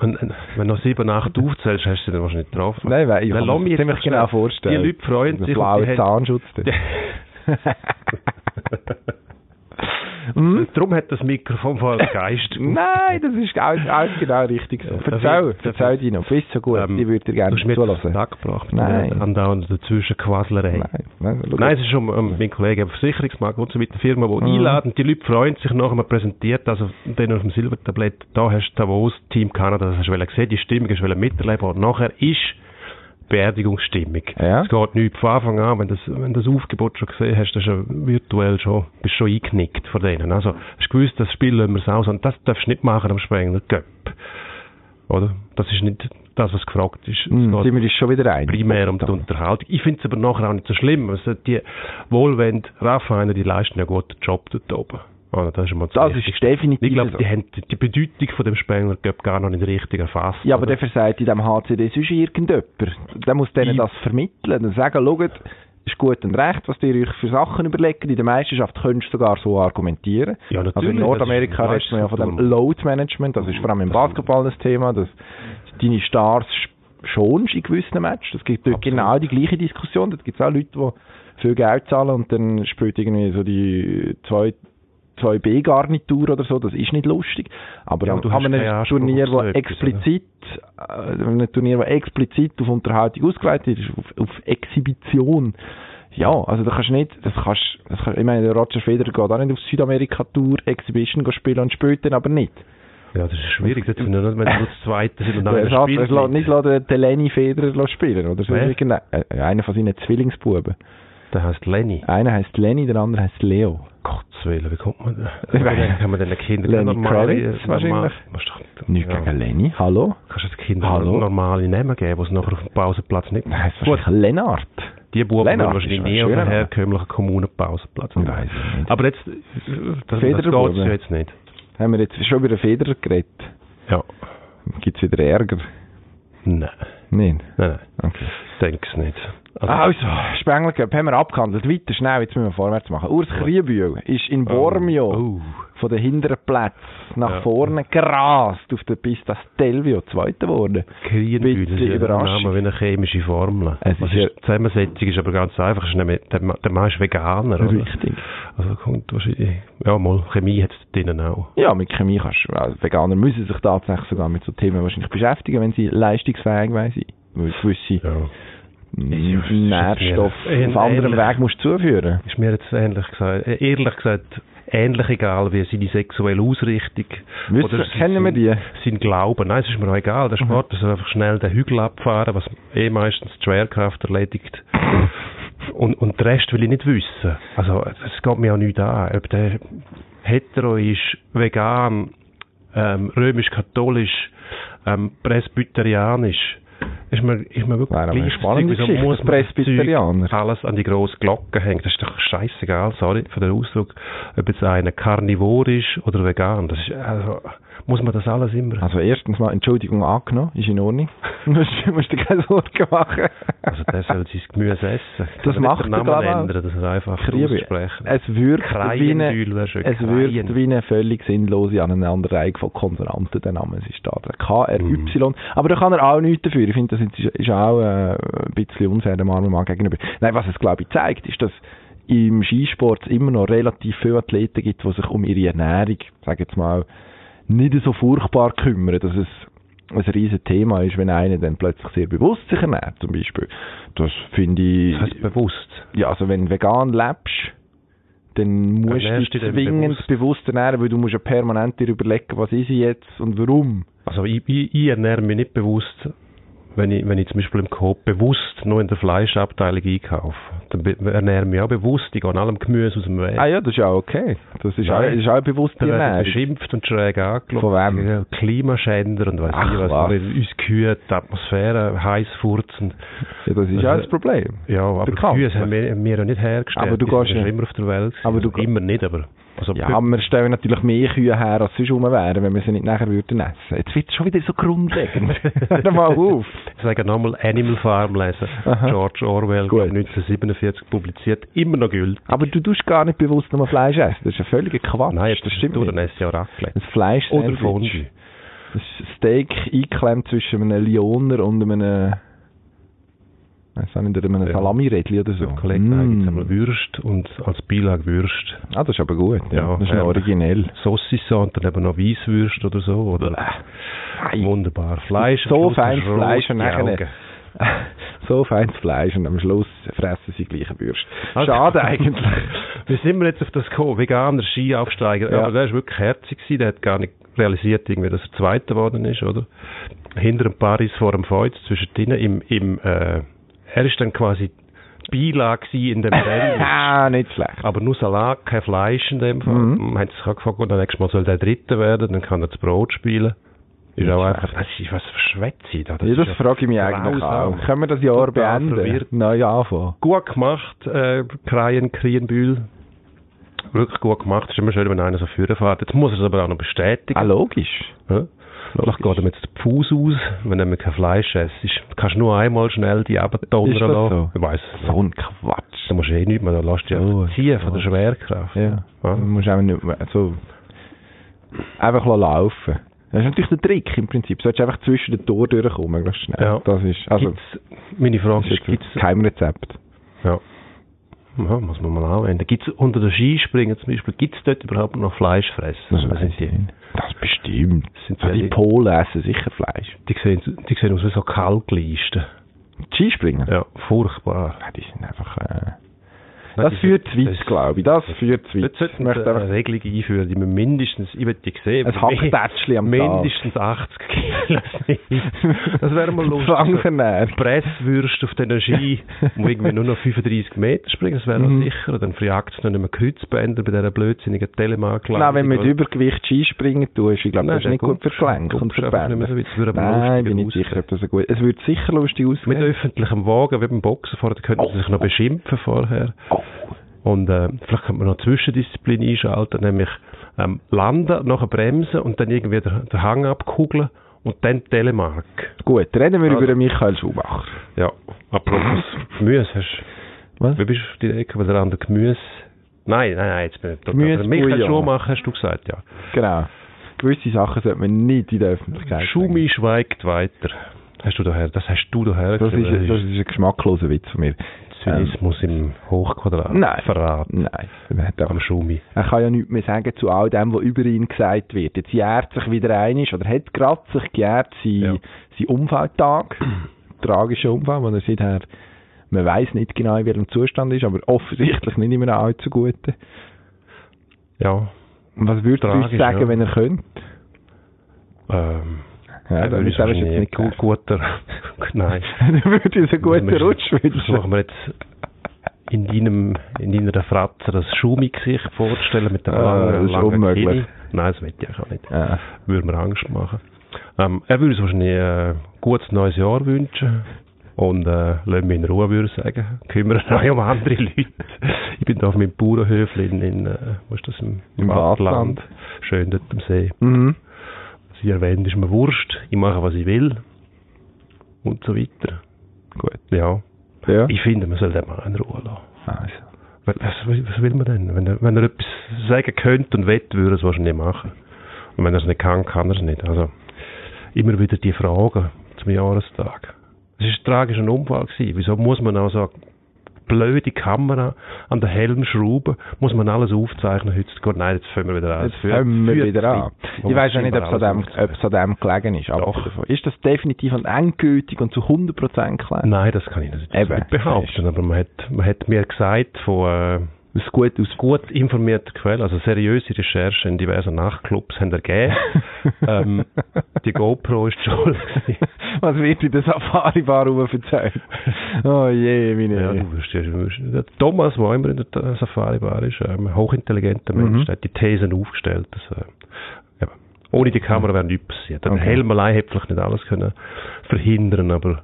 S1: Wenn, wenn du noch sieben, acht aufzählst, hast du sie dann wahrscheinlich drauf.
S2: Nein, weil ich
S1: Dann
S2: kann
S1: lass
S2: mir
S1: mich jetzt
S2: ziemlich
S1: schnell-
S2: genau vorstellen.
S1: Die Leute freuen
S2: Dieser
S1: sich. und
S2: blaue
S1: die haben-
S2: Zahnschutz dort. Hm?
S1: Darum hat das Mikrofon vor allem Geist.
S2: Nein, das ist alles, alles genau richtig so.
S1: Ja, darf
S2: Verzähl,
S1: ich-
S2: verzähl Dino, du bist so gut,
S1: Ähm,
S2: ich würde
S1: Du
S2: dir gerne
S1: hast mir jetzt
S2: zulassen.
S1: Tag gebracht.
S2: Nein.
S1: Mit der andauernden Dazwischenquasslerei. Nein.
S2: nein, schau. Mhm.
S1: Nein, es ist um, um mein Kollege, ein Versicherungsmakler und so weiter, eine Firma, die einladen. Die Leute freuen sich nachher, man präsentiert das auf, dann auf dem Silbertablett. Da hast du Davos, Team Kanada, das hast du wollen gesehen, die Stimmung hast du wollen miterleben. Und nachher ist Beerdigungsstimmung.
S2: Ja.
S1: Es geht nichts von Anfang an, wenn du das, wenn du das Aufgebot schon gesehen hast, hast du schon virtuell schon, bist schon eingenickt von denen. Also, hast gewusst, das Spiel lassen wir es aus und das darfst du nicht machen am Sprengler Göpp. Oder? Das ist nicht das, was gefragt ist. Es
S2: Hm,
S1: geht
S2: sind wir uns schon wieder ein.
S1: primär um die Unterhaltung. Ich finde es aber nachher auch nicht so schlimm. Also die wohlwend Raffiner, die leisten ja einen guten Job dort oben. Also das ist mal
S2: Das
S1: Wichtigste.
S2: ist definitiv
S1: Ich glaube,
S2: so.
S1: die haben die- die Bedeutung von dem Spengler glaub, gar noch nicht richtig erfasst.
S2: Ja, aber
S1: oder?
S2: der versagt in diesem HCD sonst irgendjemand. Der muss denen
S1: Ich-
S2: das vermitteln und sagen, schaut, ist gut und recht, was ihr euch für Sachen überlegt. In der Meisterschaft könntest du sogar so argumentieren.
S1: Ja, natürlich,
S2: also in
S1: das ist
S2: Nordamerika
S1: eine
S2: redet man ja von dem
S1: Leistungskultur.
S2: Load Management, das ist vor allem im Basketball ein Thema, dass deine Stars sch- schonst in gewissen Matches. Das gibt dort
S1: Absolut.
S2: genau die gleiche Diskussion. Dort gibt es auch Leute, die viel Geld zahlen und dann spielt irgendwie so die zwei 2B-Garnitur oder so, das ist nicht lustig. Aber
S1: Ja,
S2: ja,
S1: aber du
S2: haben
S1: hast
S2: wir
S1: keinen
S2: ein
S1: Anspruch
S2: Turnier,
S1: auf
S2: wo
S1: so etwas,
S2: explizit, äh, ein Turnier, wo explizit auf Unterhaltung ausgeleitet ist, auf, auf Exhibition. Ja, also da kannst du nicht, das kannst, das kannst, ich meine, der Roger Federer geht auch nicht auf Südamerika-Tour, Exhibition gehen spielen und spielt dann aber nicht.
S1: ja, das ist schwierig, das wenn du wenn du nur das Zweite sind und dann
S2: er
S1: ein
S2: schafft-
S1: Spiel
S2: er lässt nicht
S1: nicht.
S2: lässt den Lenny Federer spielen, oder so.
S1: Wer?
S2: Irgendein- äh, Einer von seinen Zwillingsbuben.
S1: Der heißt Lenny.
S2: Einer heißt Lenny, der andere heißt Leo.
S1: Gottes Willen, wie kommt man da?
S2: Ich weiß.
S1: Haben wir denn ein Kind?
S2: Lenny Kravitz wahrscheinlich. Nicht
S1: ja.
S2: gegen Lenny, hallo?
S1: Kannst du den Kindern
S2: Hallo?
S1: normale Namen geben, die es nachher auf dem Pausenplatz nicht
S2: Nein, es ist
S1: Gut,
S2: wahrscheinlich Lennart.
S1: Die Buben
S2: Lennart
S1: würden wahrscheinlich
S2: ist
S1: nie
S2: ein
S1: auf einen
S2: schöner
S1: herkömmlichen Kommunenpausenplatz
S2: Ich weiss es nicht.
S1: Aber jetzt, äh, das, das geht
S2: Federbuben.
S1: ja jetzt nicht.
S2: Haben wir jetzt schon über Feder geredet?
S1: Ja,
S2: Gibt es wieder Ärger?
S1: nein,
S2: Nein.
S1: nein, nein,
S2: Okay.
S1: denke es nicht. Also,
S2: Also, Spengler Cup haben wir abgehandelt. Weiter schnell, jetzt müssen wir vorwärts machen. Urs Kriebühl ist in Bormio
S1: Oh.
S2: von den hinteren Plätzen nach
S1: Ja.
S2: vorne gerast auf der Pista Stelvio, Zweiter geworden.
S1: Krienbühl, das
S2: Bitte
S1: ist ja ein
S2: Überraschung.
S1: Name wie eine chemische Formel.
S2: Es
S1: Was
S2: ist ja-
S1: ist, die Zusammensetzung ist aber ganz einfach. Es Ist nämlich, der, Ma- der Mann ist Veganer. Oder?
S2: Richtig.
S1: Also kommt wahrscheinlich... Ja, mal, Chemie hat es drinnen auch.
S2: Ja, mit Chemie kannst du, also Veganer müssen sich tatsächlich sogar mit so Themen wahrscheinlich beschäftigen, wenn sie leistungsfähig sein wollen. Weil gewisse
S1: Ja.
S2: ja.
S1: ist mir-
S2: Nährstoffe auf
S1: Ehrlich.
S2: anderem Weg musst du zuführen.
S1: Äh, Ist mir jetzt ähnlich gesagt, äh, ehrlich gesagt ähnlich egal wie seine sexuelle Ausrichtung.
S2: Wissen-
S1: sein-
S2: kennen wir die? Mhm.
S1: Sein Glauben. Nein, es ist mir auch egal. Der Sport soll einfach schnell den Hügel abfahren, was eh meistens die Schwerkraft erledigt. Und, und den Rest will ich nicht wissen. Also, es geht mir auch nicht an, ob der hetero ist, vegan, ähm, römisch-katholisch, ähm, presbyterianisch. Ist mir, ist mir wirklich
S2: Wäre aber eine
S1: gleich.
S2: spannende
S1: Wieso
S2: Geschichte,
S1: muss
S2: dass
S1: man das Zeug
S2: Presbyterianer.
S1: alles an die grosse Glocke hängt. Das ist doch scheißegal, sorry für den Ausdruck, ob jetzt einer karnivor ist oder vegan. Das ist, also, muss man das alles immer...
S2: Also erstens mal Entschuldigung angenommen, ist in Ordnung. Du musst, du musst dir keine Sorgen machen.
S1: Also der soll sein Gemüse essen.
S2: Das
S1: Kann man nicht
S2: macht
S1: den Namen
S2: er, glaub auch.
S1: ändern, das ist einfach
S2: Kriebe.
S1: aussprechen.
S2: Es wirkt wie
S1: Kreienbühl
S2: eine,
S1: wäre schön.
S2: es wirkt
S1: Kreien.
S2: wie eine völlig sinnlose Aneinanderreihung von Konsonanten, der Name ist da. Der KRY.
S1: Mhm.
S2: Aber da kann er auch nichts dafür. Ich finde, das ist, ist auch äh, ein bisschen unfair dem armen Mann gegenüber. Nein, was es glaube ich zeigt, ist, dass im Skisport es immer noch relativ viele Athleten gibt, die sich um ihre Ernährung, sage jetzt mal, nicht so furchtbar kümmern, dass es ein riesen Thema ist, wenn einer dann plötzlich sehr bewusst sich ernährt, zum Beispiel. Das finde ich...
S1: Das heißt bewusst.
S2: Ja, also wenn du vegan lebst, dann musst du dich
S1: Ernährst du dich dann
S2: zwingend bewusst. ernähren, weil du musst ja permanent dir überlegen, was ist ich jetzt und warum.
S1: Also ich, ich, ich ernähre mich nicht bewusst, wenn ich, wenn ich zum Beispiel im Coop bewusst nur in der Fleischabteilung einkaufe. Das dann be- ernähre ich mich auch bewusst. Ich gehe an allem Gemüse aus dem Weg.
S2: Ah ja, das ist auch okay. Das ist, auch, das
S1: Nein.
S2: ist auch bewusst
S1: Dann werden
S2: Ernährung.
S1: beschimpft und schräg angeschaut.
S2: Von wem?
S1: Ja, Klimaschänder und weiss
S2: Ach,
S1: ich was.
S2: was.
S1: Uns Kühe, die Atmosphäre, heiß Also, furzen.
S2: Ja, das ist auch das Problem.
S1: Ja, aber
S2: Bekannt.
S1: Kühe haben wir, haben wir ja nicht hergestellt.
S2: Aber du
S1: Die
S2: gehst
S1: sind
S2: ja-
S1: schon immer auf der Welt.
S2: Aber du-
S1: immer nicht, aber... Also
S2: Ja, aber wir stellen natürlich mehr Kühe her, als sonst rum wären, wenn wir sie nicht nachher würden essen. Jetzt wird es schon wieder so grundlegend. Hör mal auf.
S1: Ich sage nochmal Animal Farm lesen.
S2: Aha.
S1: George Orwell,
S2: Gut.
S1: 1947 publiziert, immer noch gültig.
S2: Aber du tust gar nicht bewusst nur Fleisch essen. Das ist ein völliger Quatsch.
S1: Nein, jetzt
S2: Ah, das stimmt
S1: du,
S2: nicht.
S1: dann esse ich auch Raclette.
S2: Ein Fleisch
S1: E Oder Fondue.
S2: Ein Steak eingeklemmt zwischen einem Lyoner und einem... Ich weiß auch nicht, einem
S1: Ja.
S2: Salami-Rädchen oder so.
S1: Kollege, da gibt es
S2: Mm.
S1: einmal Würst und als Beilage Würst.
S2: Ah, das ist aber gut. Ja.
S1: Ja,
S2: das ist noch
S1: ähm,
S2: originell.
S1: Saucisson und dann eben noch Weisswürst oder so. Oder Wunderbar. Fleisch.
S2: So
S1: am Schluss
S2: feines
S1: rote
S2: Fleisch und nachher-
S1: Augen.
S2: So feines Fleisch und am Schluss fressen sie gleich eine Würst.
S1: Also-
S2: Schade eigentlich.
S1: Wie sind wir jetzt auf das gekommen? Veganer, Skiaufsteiger.
S2: Ja.
S1: Ja. Aber der war wirklich herzig. gewesen. Der hat gar nicht realisiert, irgendwie, dass er Zweiter geworden ist, oder? Hinter dem Paris, vor dem Feuz, zwischen denen. Im, im, äh, er ist dann quasi Beilage gewesen in dem Rennen.
S2: Ah, nicht schlecht.
S1: Aber nur Salat, kein Fleisch in dem Fall.
S2: Mhm.
S1: Man hat sich auch gefragt, gut, dann nächstes Mal soll der Dritte werden, dann kann er das Brot spielen. Ist auch einfach, das ist, was verschwätzt ich da?
S2: Das, ja, das
S1: ist ja
S2: frage ich mich eigentlich auch.
S1: grausam.
S2: Können wir das Jahr
S1: Total
S2: beenden?
S1: verwirrt.
S2: Neu anfangen.
S1: Gut gemacht, äh, Kreien, Krienbühl. Wirklich gut gemacht. Ist immer schön, wenn einer so führen fährt. Jetzt muss er es aber auch noch bestätigen.
S2: Ah, logisch.
S1: Ja? Vielleicht geht ihm jetzt der Fuß aus, wenn er kein Fleisch isst. Ist, kannst nur einmal schnell die
S2: Ist das
S1: Abendtonner
S2: so?
S1: Ich weiss es
S2: So
S1: nicht.
S2: ein Quatsch.
S1: Da musst du eh nichts mehr, da lässt du dich
S2: So
S1: einfach ziehen von der
S2: Quatsch.
S1: Schwerkraft.
S2: Ja.
S1: Ja.
S2: Man muss auch nicht mehr so einfach laufen lassen. Das ist natürlich der Trick im Prinzip. Du solltest einfach zwischen den Toren durchkommen, ganz schnell.
S1: Ja.
S2: Das ist, also,
S1: Gibt's, meine Frage
S2: das
S1: ist,
S2: ist
S1: gibt
S2: jetzt kein Rezept.
S1: Ja. ja, muss man mal anwenden. Gibt's unter den Skispringen zum Beispiel, gibt's dort überhaupt noch Also, Fleischfresser? Was sind die?
S2: Also, Das bestimmt.
S1: Sind
S2: Also
S1: die-
S2: die Polen essen sicher Fleisch.
S1: Die sehen, die sehen aus wie so Kalkleisten.
S2: Die Skispringen?
S1: Ja, furchtbar.
S2: Ja, Die sind einfach... Äh,
S1: Nein,
S2: das
S1: die
S2: führt zu
S1: sind-
S2: weit, glaube ich. Das führt zu weit.
S1: Dort sollten
S2: Ich möchte
S1: wir
S2: einfach
S1: eine Regelung einführen, die man mindestens, ich würde die sehen,
S2: Ein Hacktätschli am Tag.
S1: mindestens 80 Kilo sind. Das wäre mal lustig.
S2: Flankernähr.
S1: Presswürst auf den Ski, wo irgendwie nur noch 35 Meter springen, das wäre
S2: Mhm.
S1: noch sicher. Dann verjagt es noch nicht mehr Kreuzbänder bei dieser blödsinnigen Telemark-Leitung.
S2: Nein, wenn du mit Übergewicht Skispringen tust, ich glaube,
S1: Nein,
S2: das ist nicht
S1: dann
S2: gut für
S1: kommst-
S2: Gelenk und
S1: kommst
S2: für
S1: einfach nicht
S2: Bänder.
S1: mehr so weit. Es würde aber
S2: Nein,
S1: lustiger
S2: bin nicht
S1: aussehen.
S2: sicher, ob das so gut Es würde sicher lustig
S1: Mit
S2: aussehen.
S1: öffentlichem Wagen, wie beim Boxen vorher, da könnte man sich noch beschimpfen vorher.
S2: Oh.
S1: Und äh, vielleicht könnte man noch Zwischendisziplin einschalten, nämlich ähm, landen, nachher bremsen und dann irgendwie den, den Hang abkugeln und dann die Telemark.
S2: Gut, reden wir
S1: Also.
S2: über den Michael Schumacher.
S1: Ja, apropos Gemüse hast
S2: Was?
S1: du. Wie bist du auf die Ecke, weil der andere Gemüse... Nein, nein, nein, jetzt bin ich...
S2: Gemüse-
S1: Aber Michael
S2: Bouillon.
S1: Schumacher hast du gesagt, ja.
S2: Genau. Gewisse Sachen sollte man nicht in der Öffentlichkeit bringen.
S1: Schumi schweigt weiter. Hast du daher, das hast du daher
S2: Das ist, das ist ein geschmackloser Witz von mir.
S1: Zynismus im Hochquadrat.
S2: Ähm, Nein.
S1: Verrat
S2: Nein. Er hat
S1: am
S2: auch-
S1: Schumi.
S2: Er kann ja nichts mehr sagen zu all dem, was über ihn gesagt wird. Jetzt jährt sich wieder einisch oder hat gerade sich gejährt sein,
S1: Ja.
S2: sein Unfalltag. Tragischer Unfall, wo er seither, man weiß nicht genau, in welchem Zustand ist, aber offensichtlich nicht immer allzu guten.
S1: Ja,
S2: Und was würdest du uns
S1: Tragisch,
S2: sagen,
S1: ja.
S2: wenn er könnte?
S1: ähm...
S2: Ja, dann ist er jetzt nicht gut.
S1: gut. Guter, nein.
S2: dann würde ich einen guten
S1: Wir-
S2: Rutsch
S1: Das
S2: wünschen.
S1: machen wir jetzt in deinem, in deiner Fratze das Schumi-Gesicht vorstellen mit der
S2: Ah,
S1: langen,
S2: das ist
S1: langen
S2: unmöglich.
S1: Kinn. Nein, das will ich auch nicht.
S2: Ja.
S1: Würde mir Angst machen. Ähm, er würde uns wahrscheinlich äh, ein gutes neues Jahr wünschen. Und äh, lassen wir in Ruhe, würde ich sagen. Kümmern wir uns um andere Leute. Ich bin da auf meinem Bauernhöfli in, in äh, wo ist das, im,
S2: Im
S1: im Wattland.
S2: Wattland.
S1: Schön dort am See.
S2: Mhm.
S1: Was ich erwähnt, ist mir Wurst. Ich mache, was ich will. Und so weiter.
S2: Gut.
S1: Ja.
S2: Ja.
S1: Ich finde, man soll den Mann in Ruhe lassen.
S2: Also.
S1: Was, was will- was will man denn? Wenn er, wenn er etwas sagen könnte und will, würde er es wahrscheinlich machen. Und wenn er es nicht kann, kann er es nicht. Also, immer wieder die Fragen zum Jahrestag. Es war ein tragischer Unfall. Gewesen. Wieso muss man auch so eine blöde Kamera an den Helm schrauben? Muss man alles aufzeichnen heutzutage? Nein, jetzt fangen wir wieder an.
S2: Jetzt fangen wir wieder an. Ich weiß ja nicht, ob es an dem, ob es an dem gelegen ist. Aber
S1: also? Doch.
S2: davon. Ist das definitiv und endgültig und zu 100% klar?
S1: Nein, das kann ich nicht, das
S2: Eben.
S1: nicht behaupten. Aber man hat, man hat mir gesagt von
S2: aus gut aus
S1: gut informierte Quellen, also seriöse Recherchen in diversen Nachtclubs haben ergeben, ähm, die GoPro ist die schuld. gewesen.
S2: Was wird in der Safari Bar erzählt? Oh je, meine
S1: ja,
S2: Herren.
S1: du wirst, ja- du wirst, der Thomas, der immer in der Safari Bar ist, ähm, ein hochintelligenter
S2: Mhm.
S1: Mensch, der hat die Thesen aufgestellt. Dass, äh, eben, ohne die Kamera wäre nichts passiert. Der
S2: Okay.
S1: Helm allein hätte vielleicht nicht alles können verhindern aber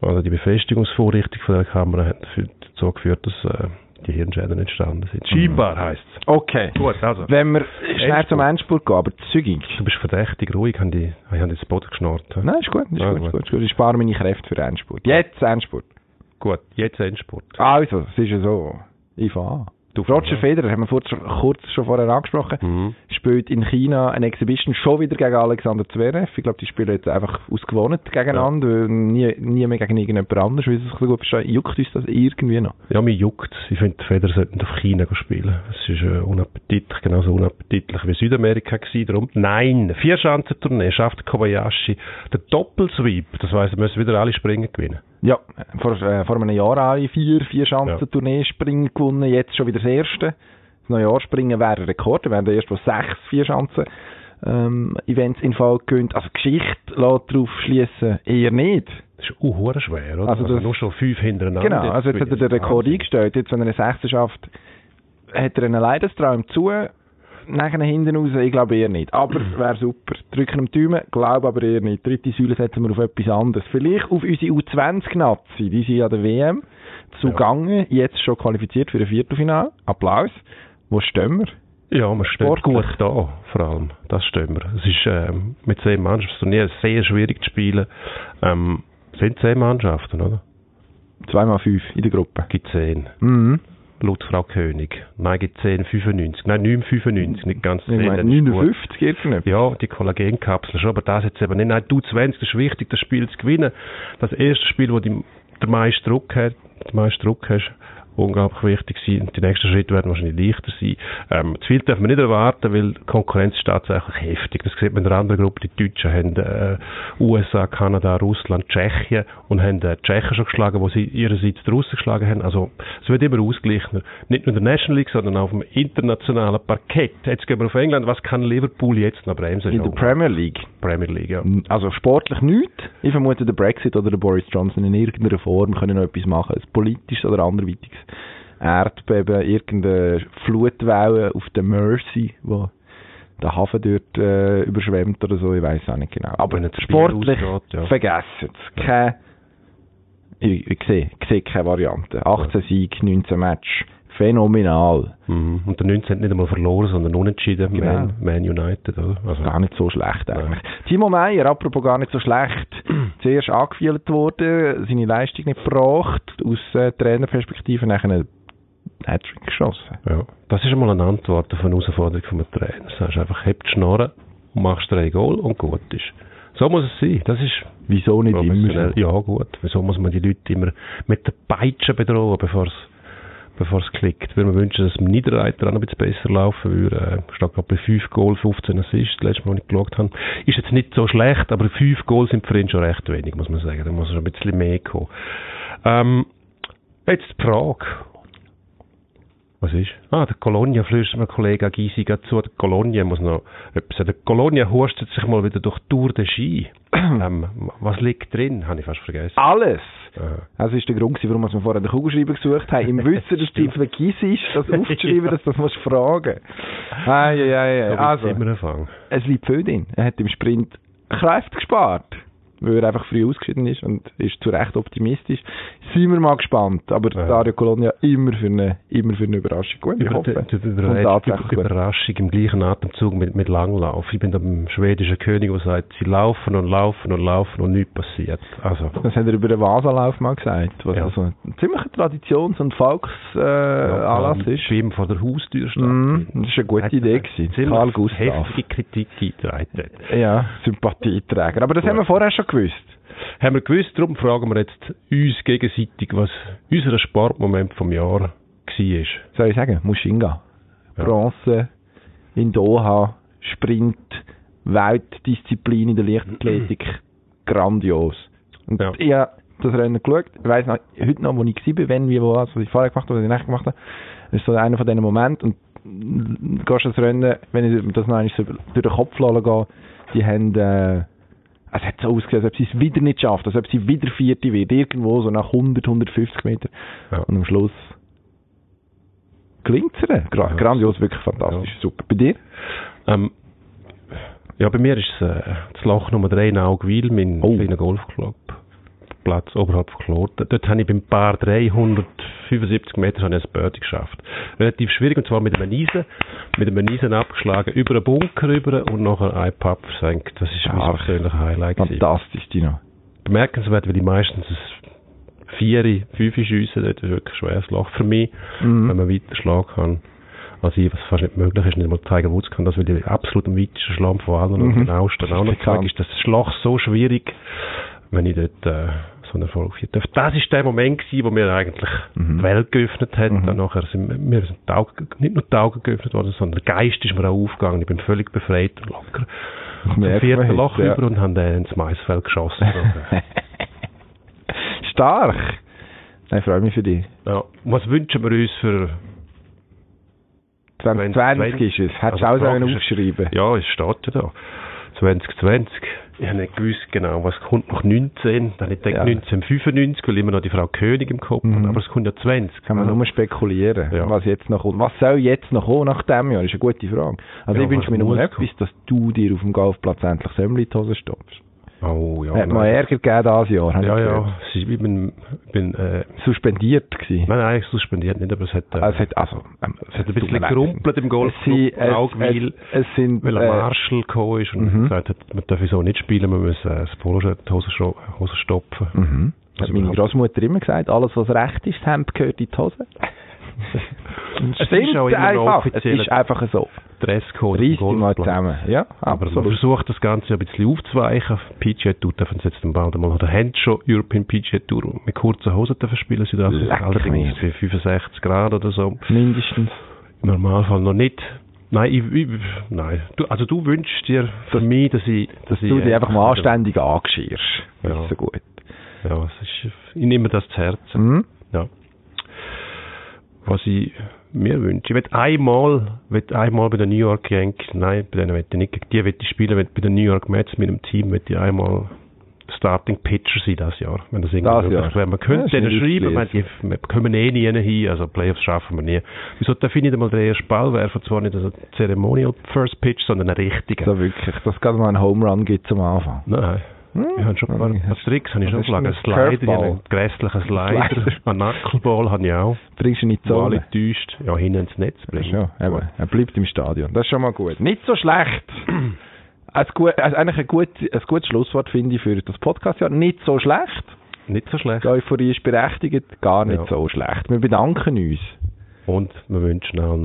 S1: also die Befestigungsvorrichtung von der Kamera hat dafür- dazu geführt, dass äh, die Hirnschäden entstanden sind.
S2: Mhm.
S1: Scheinbar heisst es.
S2: Okay.
S1: Gut, also.
S2: Wenn wir schnell zum Endspurt gehen, aber zügig.
S1: Du bist verdächtig ruhig, haben die, haben die das Boden geschnarrt. hä?
S2: Nein, ist gut, ist
S1: Ja,
S2: gut,
S1: gut.
S2: ist gut, ist gut. Ich spare meine Kräfte für den Endspurt. Jetzt Endspurt.
S1: Gut, jetzt Endsport.
S2: Also, es ist ja so. Ich fange an.
S1: Du
S2: Roger
S1: fängst
S2: Federer, haben wir kurz, kurz schon vorher angesprochen,
S1: Mhm.
S2: spielt in China ein Exhibition schon wieder gegen Alexander Zverev. Ich glaube, die spielen jetzt einfach ausgewohnt gegeneinander, weil nie, nie mehr gegen irgendjemand anderes, weil sie sich so gut verstehen. Juckt uns das irgendwie noch?
S1: Ja, mir juckt Ich finde, die Feder sollten auf China spielen. Es ist äh, unappetitlich, genauso unappetitlich wie Südamerika gewesen. Darum, nein, Vierschanzentournee schafft Kobayashi. Der Doppelsweep, das heisst, wir müssen wieder alle springen gewinnen.
S2: Ja, vor, äh, vor einem Jahr alle vier, vier Schanzen-Tournee springen gewonnen, jetzt schon wieder das erste. Das neue Jahr springen wäre ein Rekord, da wären dann erst mal sechs vier Schanzen ähm, Events in Fall gewöhnt. Also Geschichte lässt darauf schließen, eher nicht.
S1: Das ist auch hure schwer, oder?
S2: Also
S1: Also,
S2: das-
S1: nur schon fünf hintereinander.
S2: genau, also jetzt hat
S1: gewinnen.
S2: er den Rekord
S1: Wahnsinn.
S2: eingestellt. Jetzt, wenn er eine Sechste schafft, hat er einen Leidenstraum zu. Nachher hinten raus, ich glaube eher nicht. Aber wäre super. Drücken am Daumen, glaube aber eher nicht. Dritte Säule setzen wir auf etwas anderes. Vielleicht auf unsere U20-Nazi, die sind an der WM zugange, jetzt schon qualifiziert für ein Viertelfinale. Applaus. Wo stehen wir?
S1: Ja, man steht
S2: Sportlich.
S1: gut da, vor allem. Das stimmt mir. Es ist ähm, mit zehn Mannschaftsturnieren sehr schwierig zu spielen. Ähm, sind zehn Mannschaften, oder?
S2: Zweimal fünf in der Gruppe.
S1: Gibt zehn.
S2: Mhm.
S1: Laut Frau König. Nein, gibt 10, 95. Nein, 9, 95, nicht ganz
S2: Ich
S1: 10.
S2: meine,
S1: das ist gut.
S2: 59 irgendwas.
S1: Ja, die Kollagenkapsel schon, aber das jetzt eben nicht. Nein, du 20, das ist wichtig, das Spiel zu gewinnen. Das erste Spiel, wo die, der meiste Druck hat, der meiste Druck hast, unglaublich wichtig sein. Die nächsten Schritte werden wahrscheinlich leichter sein. Ähm, zu viel darf man nicht erwarten, weil die Konkurrenz ist tatsächlich heftig. Das sieht man in der anderen Gruppe. Die Deutschen haben äh, USA, Kanada, Russland, Tschechien und haben äh, die Tschechen schon geschlagen, wo sie ihrerseits die Russen geschlagen haben. Also es wird immer ausgleichender. Nicht nur in der National League, sondern auf dem internationalen Parkett. Jetzt gehen wir auf England. Was kann Liverpool jetzt noch bremsen?
S2: In der Premier League.
S1: Premier League, ja.
S2: Also sportlich nichts. Ich vermute, der Brexit oder der Boris Johnson in irgendeiner Form können noch etwas machen. Ein politisches oder anderweitiges Erdbeben, irgendeine Flutwelle auf der Mersey, wo der Hafen dort äh, überschwemmt oder so. Ich weiß auch nicht genau. Aber
S1: Wenn jetzt das Spiel
S2: sportlich
S1: ausgeht, ja.
S2: vergessen es. Keine, ich, ich sehe, ich sehe keine Variante. 18 Sieg, 19 Match. Phänomenal.
S1: Mhm. Und der 19 hat nicht einmal verloren, sondern unentschieden.
S2: Genau.
S1: Man, Man United, oder? Also,
S2: Gar nicht so schlecht eigentlich. Timo Meyer, apropos gar nicht so schlecht, zuerst angefühlt worden, seine Leistung nicht gebracht, aus äh, Trainerperspektive nachher einen Hattrick geschossen.
S1: Ja. Das ist einmal eine Antwort auf eine Herausforderung von einem Trainer. Du sagst einfach, hebt die Schnorren und machst drei Goal und gut ist. So muss es sein. Das ist
S2: Wieso nicht immer?
S1: professionell. Ja, gut. Wieso muss man die Leute immer mit der Peitsche bedrohen, bevor es bevor es klickt. Würde mir wünschen, dass im Niederreiter auch noch ein bisschen besser laufen würde. Äh, steht gerade bei 5 Goal, 15 Assists, das letzte Mal, als ich geschaut habe. Ist jetzt nicht so schlecht, aber 5 Goal sind für ihn schon recht wenig, muss man sagen. Da muss er schon ein bisschen mehr kommen. Ähm, jetzt die Frage. Was ist? Ah, der Colonia flüstert mir Kollege Gysi gerade zu. Der Colonia muss noch etwas sagen. Der Colonia hustet sich mal wieder durch die Tour de Ski. ähm, was liegt drin? Habe ich fast vergessen.
S2: Alles!
S1: Aha.
S2: Das ist der Grund, gewesen, warum wir vorher den Kugelschreiber gesucht haben. Im Wissen, dass du vergiss ist, das aufzuschreiben, dass du das musst fragen. Ei, ei, ei, ei.
S1: Aber jetzt
S2: Also,
S1: sind wir anfangen.
S2: es liegt viel drin. Er hat im Sprint Kräfte gespart, weil er einfach früh ausgeschieden ist und ist zu Recht optimistisch. Sind wir mal gespannt, aber
S1: Ja.
S2: Dario Colonia immer für eine, immer für eine Überraschung. Gut, ich
S1: Über,
S2: hoffe.
S1: die- die-
S2: Und
S1: über,
S2: tatsächlich
S1: über,
S2: gut.
S1: Überraschung im gleichen Atemzug mit, mit Langlauf. Ich bin dem schwedischen König, der sagt, sie laufen und laufen und laufen und nichts passiert. Also,
S2: Das hat er über den Vasalauf mal gesagt, was
S1: Ja.
S2: also ein ziemlicher Traditions- und Volksanlass äh, Anlass
S1: ähm,
S2: ist.
S1: Schwimmen vor der Haustür steht.
S2: Mhm, das ist eine gute
S1: Hat
S2: Idee
S1: eine
S2: gewesen.
S1: ziemlich
S2: Karl Gustav.
S1: heftige Kritik eingetragen.
S2: Ja, Sympathieträger. Aber das haben wir vorher schon gewusst.
S1: Haben wir gewusst, darum fragen wir jetzt uns gegenseitig, was unser Sportmoment vom Jahr war. Ähm,
S2: soll ich sagen, Mushinga.
S1: Ja.
S2: Bronze in Doha, Sprint, Weltdisziplin in der Leichtathletik, grandios. Und
S1: Ja.
S2: ich habe das Rennen geschaut. Ich weiss noch, heute noch, wo ich war, wenn, wie, wo, was, was ich vorher gemacht habe, was ich nachher gemacht habe. Das ist so einer von diesen Momenten. Und du gehst das Rennen, wenn ich das noch einmal so durch den Kopf lassen gehe, die haben, äh, es hat so ausgesehen, als ob sie es wieder nicht schafft, als ob sie wieder Vierte wird, irgendwo so nach 100, 150 Metern.
S1: Ja.
S2: Und am Schluss gelingt es ihr. Gra
S1: Ja.
S2: Grandios, wirklich fantastisch, super. Bei dir?
S1: Ähm, ja, bei mir ist es äh, das Loch Nummer 3 in Augwil, mein
S2: Oh.
S1: kleiner Golfclub. Platz oberhalb von Kloten. Dort habe ich beim Paar 375 Meter habe ich ein Birdie geschafft. Relativ schwierig, und zwar mit einem Eisen. Mit einem Eisen abgeschlagen, über einen Bunker rüber und nachher ein Pub versenkt. Das ist mein
S2: Stark.
S1: persönliches Highlight. gewesen.
S2: Fantastisch, Dino.
S1: Bemerkenswert, weil ich meistens ein Vieri, Fünfe schiesse. Dort ist wirklich ein schweres Loch für mich
S2: Mhm.
S1: wenn man weiter schlagen kann. als ich, was fast nicht möglich ist, nicht mal Tiger Woods kann, das will ich absolut am weitesten Schlamm von allen und
S2: Mhm.
S1: den Austen
S2: Das
S1: auch
S2: ist
S1: noch zeigen,
S2: bekannt.
S1: ist das Schlag so schwierig, wenn ich dort äh, so einen Erfolg hier darf. Das ist der Moment gewesen, wo mir eigentlich
S2: Mhm.
S1: die Welt geöffnet hat. Dann nachher sind wir- mir sind die Augen, nicht nur die Augen geöffnet worden, sondern der Geist ist mir auch aufgegangen. Ich bin völlig befreit und locker zum
S2: merke
S1: vierten
S2: heute,
S1: Loch
S2: ja.
S1: rüber und habe dann ins Maisfeld geschossen. Also,
S2: Stark! Nein, freue mich für dich.
S1: ja. Und Was wünschen wir uns für
S2: 2020 ist es. Hättest du auch
S1: Also
S2: sollen
S1: praktisch-
S2: aufschreiben
S1: Ja, es steht ja da. 2020. Ich habe nicht gewusst genau, was kommt nach 19. Dann habe ich gedacht
S2: Ja.
S1: 1995, weil ich immer noch die Frau König im Kopf habe.
S2: Mhm.
S1: Aber es kommt ja Also, 20.
S2: Kann man nur spekulieren,
S1: Ja.
S2: was jetzt noch kommt. Was soll jetzt noch kommen nach dem Jahr? Ist eine gute Frage. Also
S1: Ja,
S2: ich wünsche mir
S1: was
S2: nur
S1: muss
S2: etwas, dass du dir auf dem Golfplatz endlich Sömmel in die Hose stopfst.
S1: Oh, ja.
S2: Hat mal
S1: nein.
S2: Ärger gegeben dieses Jahr, habe ich
S1: Ja,
S2: gehört.
S1: ja. Es ist- Ich bin, ich bin äh,
S2: Suspendiert gewesen.
S1: nein, nein, suspendiert nicht, aber es hat, äh,
S2: Also, es hat, also, ähm,
S1: es hat ein
S2: tut mir
S1: bisschen
S2: leid.
S1: gerumpelt im Golf,
S2: Es sind- es-
S1: weil,
S2: es, es sind,
S1: weil ein
S2: äh,
S1: Marshall gekommen ist und
S2: Mhm.
S1: gesagt hat, man darf so nicht spielen, man muss äh, das Poloshirt, die Hose, scho- Hose stopfen.
S2: mhm. hat
S1: Also
S2: meine
S1: überhaupt-
S2: Großmutter immer gesagt, alles was recht ist, das Hemd gehört in die Hose.
S1: Es ist auch immer noch
S2: einfach. Es
S1: offiziell
S2: ist einfach so.
S1: Dresscode im
S2: Reiss dich mal
S1: Golfplatz.
S2: zusammen. Ja,
S1: Aber man
S2: absolut.
S1: versucht das Ganze ein bisschen aufzuweichen. PGA Tour dürfen sie jetzt dann bald mal, oder haben schon European PGA Tour mit kurzen Hosen dürfen spielen Südafrika.
S2: Leck
S1: Allerdings
S2: mich.
S1: für 65 Grad oder so.
S2: Mindestens.
S1: Im Normalfall noch nicht. Nein, ich, ich, nein. Du, also du wünschst dir für mich, dass ich... Dass, ich,
S2: Du
S1: äh,
S2: dich einfach mal anständig angeschirrst. Das
S1: Ja.
S2: ist so gut.
S1: Ja, es ist, ich nehme das zu Herzen.
S2: Mhm.
S1: Ja. Was ich mir wünsche. Ich will einmal, will einmal bei den New York Yankees, nein, bei denen will ich nicht, gegen die will ich spielen, will bei den New York Mets mit dem Team will ich einmal Starting Pitcher sein das Jahr, wenn das irgendwie
S2: Das
S1: möglich
S2: Jahr.
S1: wäre. Man könnte
S2: Ja, ist
S1: denen
S2: nicht
S1: schreiben, man, die, wir kommen eh nie hin, also Playoffs schaffen wir nie. Wieso darf ich nicht einmal den ersten Ball werfen, zwar nicht als Ceremonial First Pitch, sondern einen richtigen?
S2: So wirklich, dass es gerade mal einen Home Run gibt zum Anfang.
S1: Nein. Ich habe schon ein paar, ein paar Tricks habe ich
S2: Was
S1: schon
S2: ist denn
S1: geschlagen. Ein
S2: ein
S1: Slider, ich habe
S2: Curveball?
S1: einen grässlichen Slider.
S2: Slider.
S1: Einen Knuckleball habe ich auch.
S2: Bringst du ihn in die
S1: So alle
S2: Zone?
S1: täuscht, ja, hinten ins Netz bringen.
S2: Ja, eben. Er bleibt im Stadion. Das ist schon mal gut. Nicht so schlecht. Ein gut, also eigentlich ein, gut, ein gutes Schlusswort finde ich für das Podcastjahr. Nicht so schlecht.
S1: Nicht so schlecht.
S2: Die Euphorie ist berechtigt. Gar nicht
S1: Ja.
S2: so schlecht. Wir bedanken uns.
S1: Und wir wünschen allen,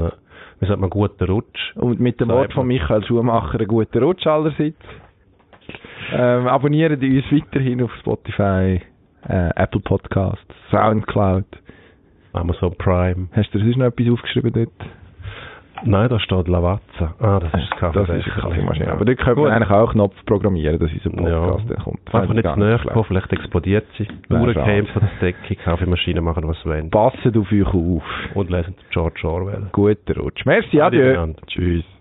S1: wir sagen mal, guten Rutsch.
S2: Und mit dem
S1: Sagt
S2: Wort von
S1: man.
S2: Michael Schumacher einen guten Rutsch allerseits. Ähm, abonniert uns weiterhin auf Spotify, äh, Apple Podcasts, Soundcloud.
S1: Amazon Prime.
S2: Hast du dir sonst noch etwas aufgeschrieben dort?
S1: Nein, da steht Lavazza. Ah, das ist das
S2: Das
S1: Kaffee.
S2: ist eine Kaffeemaschine. Aber dort könnte man
S1: Gut.
S2: eigentlich auch einen Knopf programmieren, dass unser Podcast
S1: Ja.
S2: dann kommt. Fände
S1: Einfach
S2: ich
S1: nicht zu
S2: ganz
S1: nahe
S2: schlecht.
S1: kommen, vielleicht explodiert sie.
S2: Nein,
S1: Uhrenkämpfer, das Decke, Kaffeemaschine machen, was sie wollen.
S2: Passet auf euch auf.
S1: Und lesen George Orwell.
S2: Guten Rutsch. Merci,
S1: Adi
S2: adieu.
S1: miteinander.
S2: Tschüss.